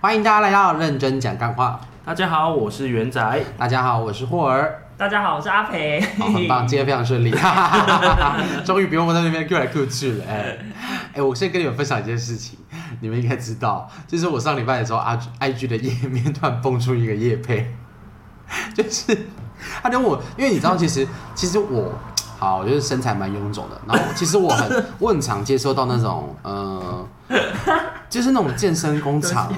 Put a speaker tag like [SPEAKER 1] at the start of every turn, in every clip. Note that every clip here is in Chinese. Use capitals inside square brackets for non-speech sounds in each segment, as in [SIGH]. [SPEAKER 1] 欢迎大家来到认真讲干话。
[SPEAKER 2] 大家好，我是元仔。
[SPEAKER 1] 大家好，我是霍尔，
[SPEAKER 3] 大家好，我是阿培。
[SPEAKER 1] 好，很
[SPEAKER 3] [LAUGHS]
[SPEAKER 1] 棒，今天非常顺利， [LAUGHS] 哈哈哈哈哈终于不用在那边 Q 来 Q 去了。哎、哎，我先跟你们分享一件事情，你们应该知道，就是我上礼拜的时候，I I G 的页面突然蹦出一个叶配， [LAUGHS] 就是他跟我，因为你知道，其实其实我好，我就是身材蛮臃肿的，然后其实我很我很常接收到那种呃，就是那种健身工厂。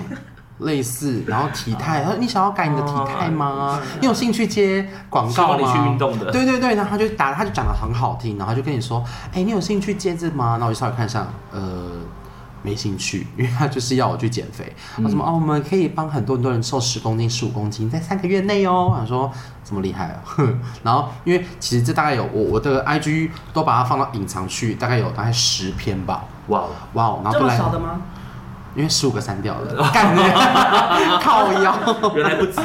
[SPEAKER 1] 类似，然后体态，他说你想要改你的体态吗？你有兴趣接广告吗？
[SPEAKER 2] 希望你去运动的
[SPEAKER 1] 对对对，然后他就打，他就讲的很好听，然后他就跟你说，哎、你有兴趣接这吗？然后我就稍微看一下，呃，没兴趣，因为他就是要我去减肥。他什么哦，我们可以帮很多很多人瘦十公斤、十五公斤，在三个月内哦。我想说这么厉害哦， [LAUGHS] 哼。然后因为其实这大概有我我的 IG 都把它放到隐藏区，大概有大概十篇吧。
[SPEAKER 2] 哇哦，
[SPEAKER 1] 哇哦，然后
[SPEAKER 3] 这
[SPEAKER 1] 都
[SPEAKER 3] 么
[SPEAKER 1] 来
[SPEAKER 3] 少的吗？
[SPEAKER 1] 因为十五个删掉了，干的，靠腰， [LAUGHS]
[SPEAKER 2] 原来不止，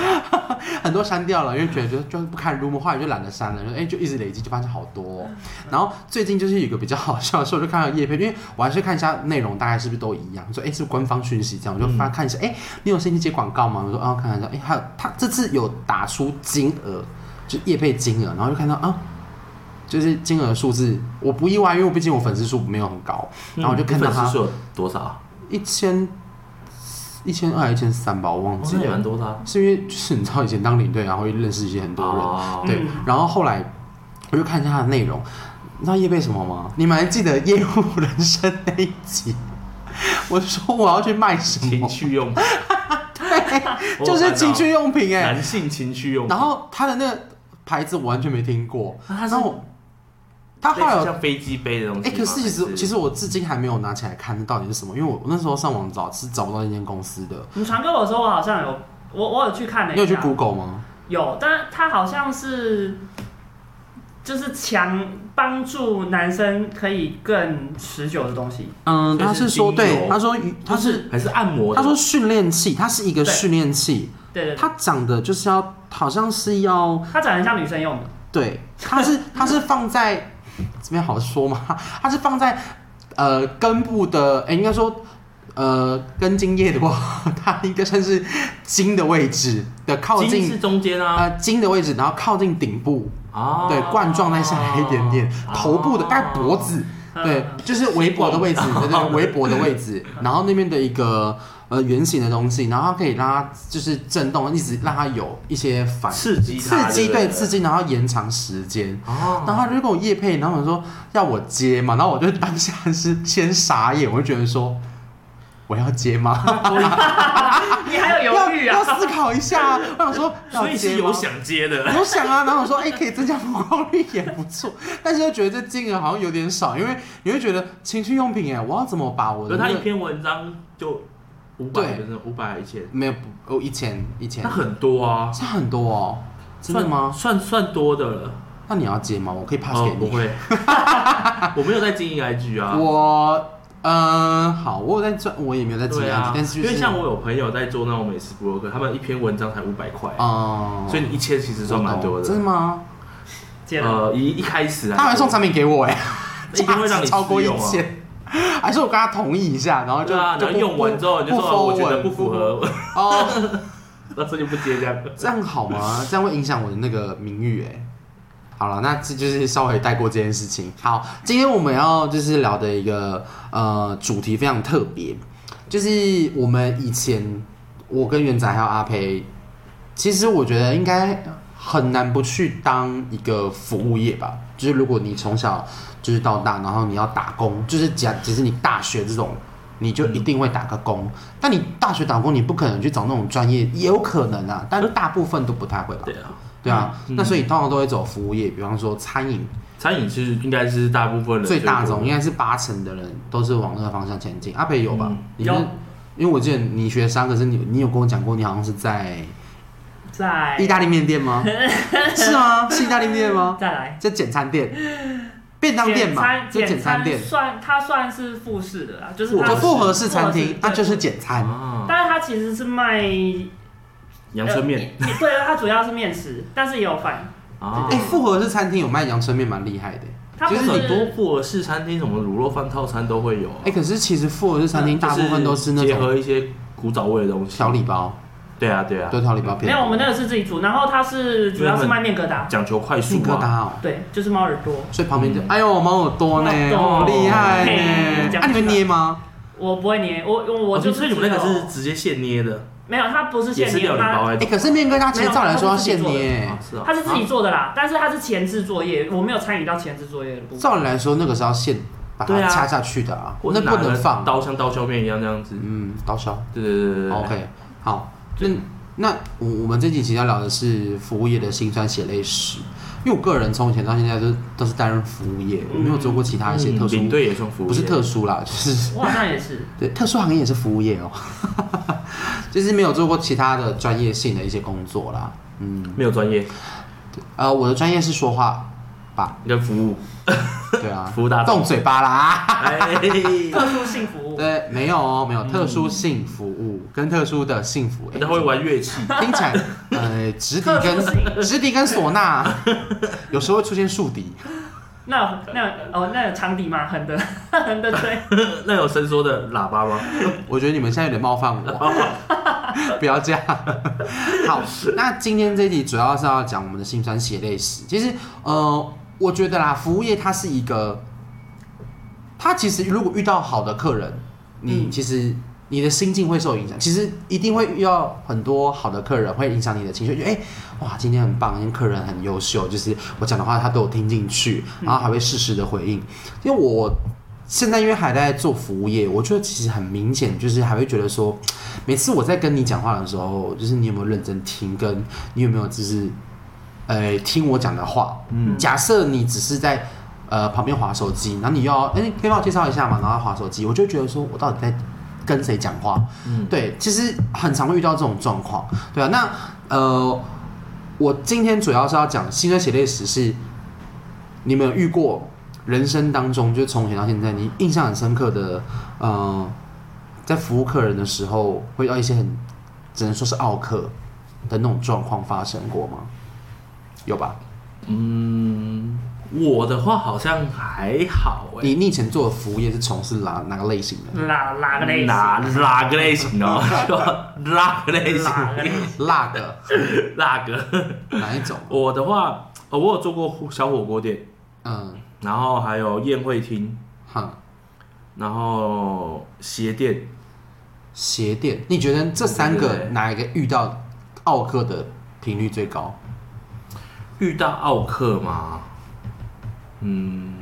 [SPEAKER 1] 很多删掉了，因为觉得就就是不看如母话语就懒得删了，就哎、就一直累积，就发现好多哦、然后最近就是有一个比较好笑的事，我就看到叶片，因为我还是看一下内容大概是不是都一样，说哎、是不是官方讯息这样，我就
[SPEAKER 2] 嗯
[SPEAKER 1] 发看一下，哎、你有兴趣接广告吗？我说啊看一下，哎、还有他这次有打出金额，就叶配金额，然后就看到啊。就是金额数字，我不意外，因为我毕竟我粉丝数没有很高，然后我就看到
[SPEAKER 2] 嗯你
[SPEAKER 1] 他哦
[SPEAKER 2] 粉丝数有多少？
[SPEAKER 1] 一千一千二还一千三吧，我忘
[SPEAKER 2] 哦
[SPEAKER 1] 记
[SPEAKER 2] 那也
[SPEAKER 1] 了。
[SPEAKER 2] 蛮多的啊。
[SPEAKER 1] 是因为就是你知道以前当领队啊，会认识一些很多人，
[SPEAKER 2] 哦
[SPEAKER 1] 对。然后后来我就看一下他的内容，你知道叶贝什么吗？你们还记得《业务人生》那一集？ [LAUGHS] 我说我要去卖什
[SPEAKER 2] 情
[SPEAKER 1] 么？
[SPEAKER 2] 趣用品，
[SPEAKER 1] [LAUGHS] 对，
[SPEAKER 2] 我
[SPEAKER 1] 就是情趣用品哎、
[SPEAKER 2] 男性情趣用品。
[SPEAKER 1] 然后他的那个牌子我完全没听过，
[SPEAKER 2] 啊它
[SPEAKER 1] 然
[SPEAKER 2] 是
[SPEAKER 1] 后我他后来
[SPEAKER 2] 类
[SPEAKER 1] 有
[SPEAKER 2] 似像飞机杯的东西
[SPEAKER 1] 哎、
[SPEAKER 2] 吗。
[SPEAKER 1] 可是其
[SPEAKER 2] 还
[SPEAKER 1] 实其实我至今还没有拿起来看到底是什么，因为我我那时候上网找是找不到那间公司的。
[SPEAKER 3] 你传给我的时候，我好像有，我我有去
[SPEAKER 2] 啊
[SPEAKER 3] 看了一
[SPEAKER 1] 你
[SPEAKER 3] 下，
[SPEAKER 1] 有去 Google 吗？
[SPEAKER 3] 有，但它好像是就是强帮助男生可以更持久的东西。
[SPEAKER 1] 嗯，
[SPEAKER 2] 所以
[SPEAKER 1] 他
[SPEAKER 2] 是
[SPEAKER 1] 是说，
[SPEAKER 2] 精油
[SPEAKER 1] 对，他说他是
[SPEAKER 2] 还是按摩的。
[SPEAKER 1] 他说训练器，它是一个
[SPEAKER 3] 对
[SPEAKER 1] 训练器，
[SPEAKER 3] 对对对，
[SPEAKER 1] 它长得就是要好像是要
[SPEAKER 3] 它长得像女生用的，
[SPEAKER 1] 对，它是它是放在这边好说吗？ [LAUGHS] 它是放在呃根部的，哎、应该说呃根茎叶的话， [LAUGHS] 它应该算是茎的位置的靠
[SPEAKER 2] 筋
[SPEAKER 1] 近
[SPEAKER 2] 是中间啊。
[SPEAKER 1] 呃茎的位置，然后靠近顶部，呃
[SPEAKER 2] 哦，
[SPEAKER 1] 对，冠状再下来一点点，头部的大概脖子，
[SPEAKER 3] 嗯
[SPEAKER 1] 对，就是围脖的位
[SPEAKER 2] 嗯
[SPEAKER 1] 置，对对，围脖的位置，然后那边的一个呃圆形的东西，然后它可以让它就是震动，一直让它有一些反
[SPEAKER 2] 刺激它
[SPEAKER 1] 刺激，
[SPEAKER 2] 对不对
[SPEAKER 1] 对刺激，然后延长时间。
[SPEAKER 2] 哦，
[SPEAKER 1] 然后他就跟我叶配，然后我说要我接嘛，然后我就当下是先傻眼，我就觉得说我要接吗？
[SPEAKER 3] 你还有犹
[SPEAKER 1] 要
[SPEAKER 3] 豫啊
[SPEAKER 1] 要？思考一下，啊我想说要
[SPEAKER 2] 所以
[SPEAKER 1] 接
[SPEAKER 2] 是
[SPEAKER 1] 吗
[SPEAKER 2] 有想接的。
[SPEAKER 1] [LAUGHS] 我想啊，然后我说，哎、可以增加曝光率也不错， [LAUGHS] 但是又觉得这金额好像有点少，因为你会觉得情趣用品，哎，我要怎么把我
[SPEAKER 2] 可
[SPEAKER 1] 的、
[SPEAKER 2] 是他
[SPEAKER 1] 那
[SPEAKER 2] 一
[SPEAKER 1] 个
[SPEAKER 2] 篇文章就五
[SPEAKER 1] 对
[SPEAKER 2] 百，就是五百一千，
[SPEAKER 1] 没有不哦一千一千
[SPEAKER 2] 那，很多啊，
[SPEAKER 1] 是很多哦，真的吗？
[SPEAKER 2] 算算算多的了。
[SPEAKER 1] 那你要接吗？我可以 pass
[SPEAKER 2] 哦
[SPEAKER 1] 给，
[SPEAKER 2] 不
[SPEAKER 1] 你。 [LAUGHS]
[SPEAKER 2] 会，我没有在经营 IG 啊。
[SPEAKER 1] 我嗯、呃好，我有在赚，我也没有在经
[SPEAKER 2] 对
[SPEAKER 1] 营、
[SPEAKER 2] 啊，
[SPEAKER 1] 但是
[SPEAKER 2] 因
[SPEAKER 1] 就
[SPEAKER 2] 为
[SPEAKER 1] 是
[SPEAKER 2] 像我有朋友在做那种美食博客，他们一篇文章才五百块，
[SPEAKER 1] 哦，
[SPEAKER 2] 所以你一千其实算蛮多
[SPEAKER 1] 我懂真的
[SPEAKER 2] 的。
[SPEAKER 1] 吗？
[SPEAKER 3] 接了，
[SPEAKER 2] 呃，一一开始啊，
[SPEAKER 1] 他还送产品给我哎、
[SPEAKER 2] 一定会让你
[SPEAKER 1] 超过
[SPEAKER 2] 试
[SPEAKER 1] 一
[SPEAKER 2] 用啊
[SPEAKER 1] 千。 [LAUGHS] 还是我跟他同意一下，然后就
[SPEAKER 2] 对啊，
[SPEAKER 1] 就
[SPEAKER 2] 然
[SPEAKER 1] 不
[SPEAKER 2] 后用完之后你就
[SPEAKER 1] 不
[SPEAKER 2] 说啊我觉得
[SPEAKER 1] forward，
[SPEAKER 2] 不符合，
[SPEAKER 1] 哦，
[SPEAKER 2] [LAUGHS] 那这就不接这样。 [LAUGHS]
[SPEAKER 1] 这样好吗？这样会影响我的那个名誉哎、好了，那这就是稍微带过这件事情。好，今天我们要就是聊的一个呃主题非常特别，就是我们以前我跟元仔还有阿培，其实我觉得应该很难不去当一个服务业吧。就是如果你从小就是到大，然后你要打工，就是假只是你大学这种，你就一定会打个工。但你大学打工，你不可能去找那种专业，也有可能啊，但大部分都不太会吧
[SPEAKER 2] 对。啊，
[SPEAKER 1] 对啊，
[SPEAKER 2] 嗯
[SPEAKER 1] 那所以通常都会走服务业，比方说餐饮，
[SPEAKER 2] 餐饮是应该是大部分人
[SPEAKER 1] 最大
[SPEAKER 2] 多
[SPEAKER 1] 众应该是八成的人都是往那个方向前进。阿培有吧？
[SPEAKER 2] 嗯
[SPEAKER 1] 你是
[SPEAKER 3] 有
[SPEAKER 1] 因为我记得你学商，可是你你有跟我讲过，你好像是在
[SPEAKER 3] 再
[SPEAKER 1] 意大利面店吗？是吗？是意大利面吗？
[SPEAKER 3] 再来。
[SPEAKER 1] 这简餐店、便当店嘛，这简
[SPEAKER 3] 简餐简
[SPEAKER 1] 餐店，
[SPEAKER 3] 算它算是复式的啦，就是它
[SPEAKER 1] 就复合式餐
[SPEAKER 3] 复合
[SPEAKER 1] 厅
[SPEAKER 3] 式，
[SPEAKER 1] 那就是
[SPEAKER 3] 对
[SPEAKER 1] 简餐。
[SPEAKER 2] 啊，
[SPEAKER 3] 但是它其实是卖
[SPEAKER 2] 阳春面
[SPEAKER 3] 也对，它主要是面食，但是也有饭。
[SPEAKER 2] 啊
[SPEAKER 1] 哎、，复合式餐厅有卖阳春面，蛮厉害的。
[SPEAKER 3] 它不
[SPEAKER 2] 其实
[SPEAKER 3] 是
[SPEAKER 2] 很多复合式餐厅，什么卤肉饭套餐都会有啊
[SPEAKER 1] 哎、。可是其实复合式餐厅大部分都是那
[SPEAKER 2] 嗯结
[SPEAKER 1] 种
[SPEAKER 2] 合一些古早味的东西。
[SPEAKER 1] 调理包，
[SPEAKER 2] 对啊，对啊，
[SPEAKER 1] 对，调理包
[SPEAKER 3] 没
[SPEAKER 1] 片
[SPEAKER 3] 有，我们那个是自己煮，然后它是主要是卖面疙瘩，
[SPEAKER 2] 讲求快速
[SPEAKER 1] 面疙
[SPEAKER 2] 啊。嗯
[SPEAKER 1] 瘩哦，
[SPEAKER 3] 对，就是猫耳朵。
[SPEAKER 1] 所以旁边就、哎呦猫耳朵呢，
[SPEAKER 3] 猫
[SPEAKER 1] 哦
[SPEAKER 3] 耳朵
[SPEAKER 1] 厉害
[SPEAKER 3] 嘿
[SPEAKER 1] 呢。
[SPEAKER 3] 讲
[SPEAKER 1] 啊，你会捏吗？
[SPEAKER 3] 我不会捏，我我我就
[SPEAKER 2] 哦
[SPEAKER 3] 是
[SPEAKER 2] 所以你们那个
[SPEAKER 3] 只有
[SPEAKER 2] 是直接现捏的，
[SPEAKER 3] 没有，它不是
[SPEAKER 2] 也
[SPEAKER 3] 现
[SPEAKER 2] 是
[SPEAKER 3] 捏
[SPEAKER 2] 料，理包
[SPEAKER 3] 它
[SPEAKER 2] 那
[SPEAKER 1] 哎、
[SPEAKER 2] 种。
[SPEAKER 1] 可是面疙瘩其实照理来说要现
[SPEAKER 3] 没
[SPEAKER 1] 捏、
[SPEAKER 2] 啊是啊，
[SPEAKER 3] 它是自己做的啦，但是它是前置作业，我没有参与到前置作业的
[SPEAKER 2] [LAUGHS]
[SPEAKER 3] 部分。
[SPEAKER 1] 照理来说那个是要现把
[SPEAKER 2] 对
[SPEAKER 1] 它
[SPEAKER 2] 啊
[SPEAKER 1] 掐下去的啊，
[SPEAKER 2] 或
[SPEAKER 1] 那
[SPEAKER 2] 者拿
[SPEAKER 1] 不能
[SPEAKER 2] 个
[SPEAKER 1] 放。
[SPEAKER 2] 刀像刀削面一样这样子。
[SPEAKER 1] 嗯，刀削。哦
[SPEAKER 2] 对对对对对。
[SPEAKER 1] OK，好，那
[SPEAKER 2] 对
[SPEAKER 1] 那我我们这几期要聊的是服务业的辛酸血泪史，因为我个人从以前到现在都都是担任服务业，我没有做过其他一些特殊，
[SPEAKER 2] 领队也嗯算服务业，
[SPEAKER 1] 不是特殊啦，就是
[SPEAKER 3] 我好像也是，
[SPEAKER 1] 对特殊行业也是服务业哦， [LAUGHS] 就是没有做过其他的专业性的一些工作啦。嗯，
[SPEAKER 2] 没有专业，
[SPEAKER 1] 呃，我的专业是说话吧，
[SPEAKER 2] 跟服务。，
[SPEAKER 1] 对啊
[SPEAKER 2] [LAUGHS] 服务大众
[SPEAKER 1] 动嘴巴啦。
[SPEAKER 2] 哎
[SPEAKER 3] 特殊性服务，
[SPEAKER 1] 对，没有哦，没有特殊性服务跟特殊的幸福，
[SPEAKER 2] 他会玩乐器， [LAUGHS]
[SPEAKER 1] 听起来，呃，直笛跟直笛跟唢呐， [LAUGHS] 有时候会出现竖笛，
[SPEAKER 3] 那有那有哦那有长笛吗？横的 [LAUGHS] 横的
[SPEAKER 2] [LAUGHS]
[SPEAKER 3] 吹，
[SPEAKER 2] 那有伸缩的喇叭吗？
[SPEAKER 1] 我觉得你们现在有点冒犯我， [LAUGHS] 不要这样。好，那今天这一集主要是要讲我们的辛酸血泪史。其实，呃，我觉得啦，服务业它是一个，它其实如果遇到好的客人，你
[SPEAKER 3] 嗯
[SPEAKER 1] 其实你的心境会受影响。其实一定会遇到很多好的客人，会影响你的情绪。就哎、哇，今天很棒，今天客人很优秀，就是我讲的话他都有听进去，然后还会适时的回应。因为我现在因为还在做服务业，我觉得其实很明显，就是还会觉得说，每次我在跟你讲话的时候，就是你有没有认真听，跟你有没有就是，呃，听我讲的话。
[SPEAKER 2] 嗯
[SPEAKER 1] 假设你只是在呃旁边划手机，然后你又要哎、可以帮我介绍一下嘛，然后划手机，我就会觉得说我到底在跟谁讲话？
[SPEAKER 2] 嗯，
[SPEAKER 1] 对，其实很常会遇到这种状况，对啊。那呃，我今天主要是要讲新生血泪史是，你们有遇过人生当中，就是从以前到现在，你印象很深刻的，呃，在服务客人的时候，会遇到一些很只能说是傲客的那种状况发生过吗？有吧？
[SPEAKER 2] 嗯，我的话好像还好哎、
[SPEAKER 1] 你你以前做的服务业是从事哪哪个类型的？
[SPEAKER 3] 哪哪个类型？
[SPEAKER 2] 哪哎哪个类型哦？哪个 [LAUGHS] 类型？
[SPEAKER 3] 哪个类型？
[SPEAKER 1] 辣的
[SPEAKER 2] 哪 [LAUGHS] 个？
[SPEAKER 1] 哪一种？
[SPEAKER 2] 我的话，呃我有做过小火锅店，
[SPEAKER 1] 嗯，
[SPEAKER 2] 然后还有宴会厅，
[SPEAKER 1] 哈，
[SPEAKER 2] 然后鞋店，
[SPEAKER 1] 鞋店，你觉得这三
[SPEAKER 2] 对
[SPEAKER 1] 个
[SPEAKER 2] 对对
[SPEAKER 1] 哪一个遇到奥克的频率最高？
[SPEAKER 2] 遇到奥克嘛，嗯，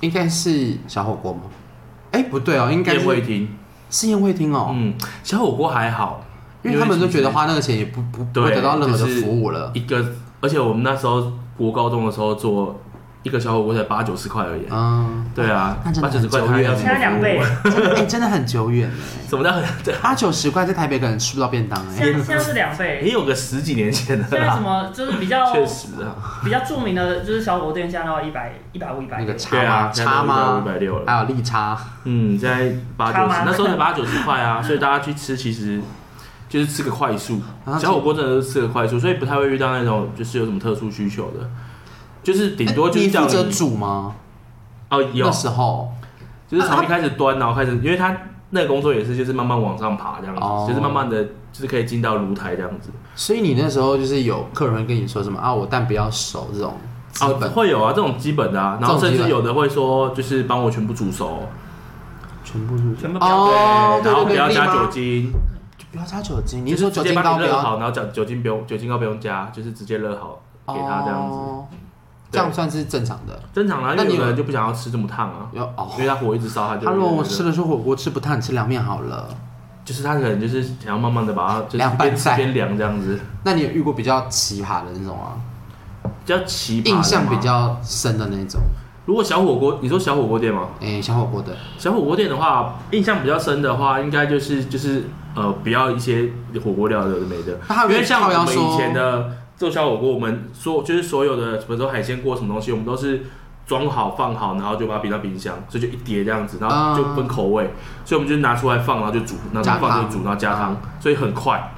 [SPEAKER 1] 应该是小火锅吗？哎、不对哦，应该
[SPEAKER 2] 宴会
[SPEAKER 1] 是
[SPEAKER 2] 厅，
[SPEAKER 1] 是宴会厅哦，
[SPEAKER 2] 嗯，小火锅还好，
[SPEAKER 1] 因为他们都觉得
[SPEAKER 2] 话
[SPEAKER 1] 花那个钱也不不不
[SPEAKER 2] 对
[SPEAKER 1] 会得到任何的
[SPEAKER 2] 就是
[SPEAKER 1] 服务了。
[SPEAKER 2] 一个，而且我们那时候国高中的时候做一个小火锅才八九十块而已，
[SPEAKER 1] 嗯，
[SPEAKER 2] 对啊
[SPEAKER 1] 那，真的
[SPEAKER 2] 八九
[SPEAKER 1] 很
[SPEAKER 2] 十块
[SPEAKER 1] 久
[SPEAKER 2] 他要
[SPEAKER 1] 远
[SPEAKER 2] 怎
[SPEAKER 3] 现在
[SPEAKER 2] 么
[SPEAKER 3] 两
[SPEAKER 2] 服务
[SPEAKER 3] 倍，
[SPEAKER 2] 我？
[SPEAKER 1] 真的哎、真的很久远哎，
[SPEAKER 2] 怎么 [LAUGHS] 样？这
[SPEAKER 1] 八九十块在台北可能吃不到便当哎、
[SPEAKER 3] 现在现在是两
[SPEAKER 2] [LAUGHS]
[SPEAKER 3] 倍
[SPEAKER 2] 也。有个十几年前的
[SPEAKER 3] 现在什
[SPEAKER 2] 啦，
[SPEAKER 3] 么就是比较
[SPEAKER 2] [LAUGHS] 确实啊，
[SPEAKER 3] 比较著名的就是小火锅店，现在要一百一百五一百
[SPEAKER 1] 那个，
[SPEAKER 3] 六
[SPEAKER 2] 对
[SPEAKER 1] 叉
[SPEAKER 2] 啊
[SPEAKER 1] 吗？，叉吗
[SPEAKER 2] 五？百六了。
[SPEAKER 1] 还有利叉，
[SPEAKER 2] 嗯，现在八
[SPEAKER 3] 差
[SPEAKER 2] 九
[SPEAKER 3] 吗
[SPEAKER 2] 十，那时候才八九十块啊，所以大家去吃其实就是吃个快速
[SPEAKER 1] 啊，
[SPEAKER 2] 小火锅真的是吃个快速，所以不太会遇到那种就是有什么特殊需求的，就是顶多就
[SPEAKER 1] 哎
[SPEAKER 2] 是
[SPEAKER 1] 你
[SPEAKER 2] 叫
[SPEAKER 1] 负责
[SPEAKER 2] 你
[SPEAKER 1] 煮吗？
[SPEAKER 2] 哦有
[SPEAKER 1] 那，啊时候
[SPEAKER 2] 就是从一开始端，然后开始，因为他那个工作也是就是慢慢往上爬这样
[SPEAKER 1] 哦
[SPEAKER 2] 子，就是慢慢的就是可以进到炉台这样子，
[SPEAKER 1] 所以你那时候就是有客人会跟你说什么啊，我蛋不要熟这种基
[SPEAKER 2] 哦
[SPEAKER 1] 本、
[SPEAKER 2] 会有啊这种基本的啊，然后
[SPEAKER 1] 这种
[SPEAKER 2] 甚
[SPEAKER 1] 基本
[SPEAKER 2] 至有的会说就是帮我全部煮熟，
[SPEAKER 1] 全部是
[SPEAKER 3] 全部不要
[SPEAKER 1] 哦，
[SPEAKER 2] 然后
[SPEAKER 1] 对
[SPEAKER 2] 不要
[SPEAKER 1] 对对
[SPEAKER 2] 加酒
[SPEAKER 1] 立马
[SPEAKER 2] 精，
[SPEAKER 1] 不要加酒精，你
[SPEAKER 2] 就是
[SPEAKER 1] 说酒
[SPEAKER 2] 直接
[SPEAKER 1] 精
[SPEAKER 2] 把
[SPEAKER 1] 膏
[SPEAKER 2] 你
[SPEAKER 1] 不
[SPEAKER 2] 热
[SPEAKER 1] 要
[SPEAKER 2] 好，然后酒酒精不用酒精膏不用加，就是直接热好给他这样子。
[SPEAKER 1] 哦这
[SPEAKER 2] 对
[SPEAKER 1] 样算是正常的。
[SPEAKER 2] 正常啦，
[SPEAKER 1] 那
[SPEAKER 2] 那
[SPEAKER 1] 你
[SPEAKER 2] 有
[SPEAKER 1] 有
[SPEAKER 2] 的人就不想要吃这么烫啊，
[SPEAKER 1] 要哦
[SPEAKER 2] 因，为他火一直烧，他就
[SPEAKER 1] 他如果我
[SPEAKER 2] 觉得
[SPEAKER 1] 吃的是火锅吃不烫，你吃凉面好了。
[SPEAKER 2] 就是他可能就是想要慢慢的把它就是
[SPEAKER 1] 凉拌
[SPEAKER 2] 边吃
[SPEAKER 1] 菜
[SPEAKER 2] 边凉这样子，
[SPEAKER 1] 那你有遇过比较奇葩的那种啊？
[SPEAKER 2] 比较奇葩的嘛。
[SPEAKER 1] 印象比较深的那种？
[SPEAKER 2] 如果小火锅，你说小火锅店吗？
[SPEAKER 1] 诶，小火锅的
[SPEAKER 2] 小火锅店的话，印象比较深的话，应该就是就是呃，不要一些火锅料有的没的
[SPEAKER 1] 那他，有
[SPEAKER 2] 因
[SPEAKER 1] 没有
[SPEAKER 2] 为像我
[SPEAKER 1] 靠腰
[SPEAKER 2] 们
[SPEAKER 1] 说
[SPEAKER 2] 以前的做小火锅，我们所就是所有的什么时候海鲜锅什么东西，我们都是装好放好，然后就把它冰到冰箱，所以就一碟这样子，然后就分口味，所以我们就拿出来放，然后就煮，然后
[SPEAKER 1] 啊加
[SPEAKER 2] 就放
[SPEAKER 1] 汤
[SPEAKER 2] 就煮，然后加汤，所以很快。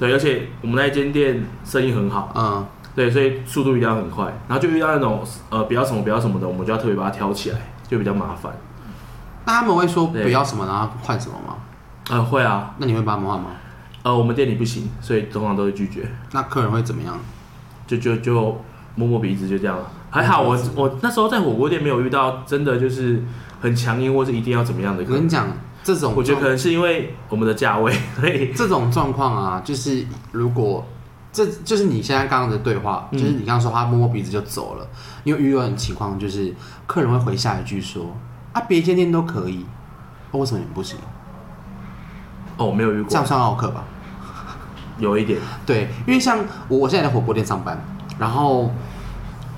[SPEAKER 2] 对，而且我们那一间店生意很好，
[SPEAKER 1] 嗯，
[SPEAKER 2] 对，所以速度一定要很快。然后就遇到那种呃不要什么不要什么的，我们就要特别把它挑起来，就比较麻烦。
[SPEAKER 1] 那他们会说
[SPEAKER 2] 对
[SPEAKER 1] 不要什么，然后换什么吗？
[SPEAKER 2] 呃，会啊，
[SPEAKER 1] 那你会帮他们换吗？
[SPEAKER 2] 呃，我们店里不行，所以通常都会拒绝，
[SPEAKER 1] 那客人会怎么样？
[SPEAKER 2] 就就就摸摸鼻子就这样了。还好我我那时候在火锅店没有遇到真的就是很强硬或是一定要怎么样的
[SPEAKER 1] 我
[SPEAKER 2] 客人
[SPEAKER 1] 跟你讲，这种
[SPEAKER 2] 我觉得可
[SPEAKER 1] 状
[SPEAKER 2] 能是因为我们的价位，所以
[SPEAKER 1] 这种状况啊，就是如果这就是你现在刚刚的对话，
[SPEAKER 2] 嗯
[SPEAKER 1] 就是你刚刚说他摸摸鼻子就走了，你有遇到的情况就是客人会回下一句说啊，别间店都可以，哦为什么你们不行？
[SPEAKER 2] 哦没有遇
[SPEAKER 1] 这
[SPEAKER 2] 过
[SPEAKER 1] 样，算奥客吧？
[SPEAKER 2] 有一点
[SPEAKER 1] 对，因为像我我现在在火锅店上班，然后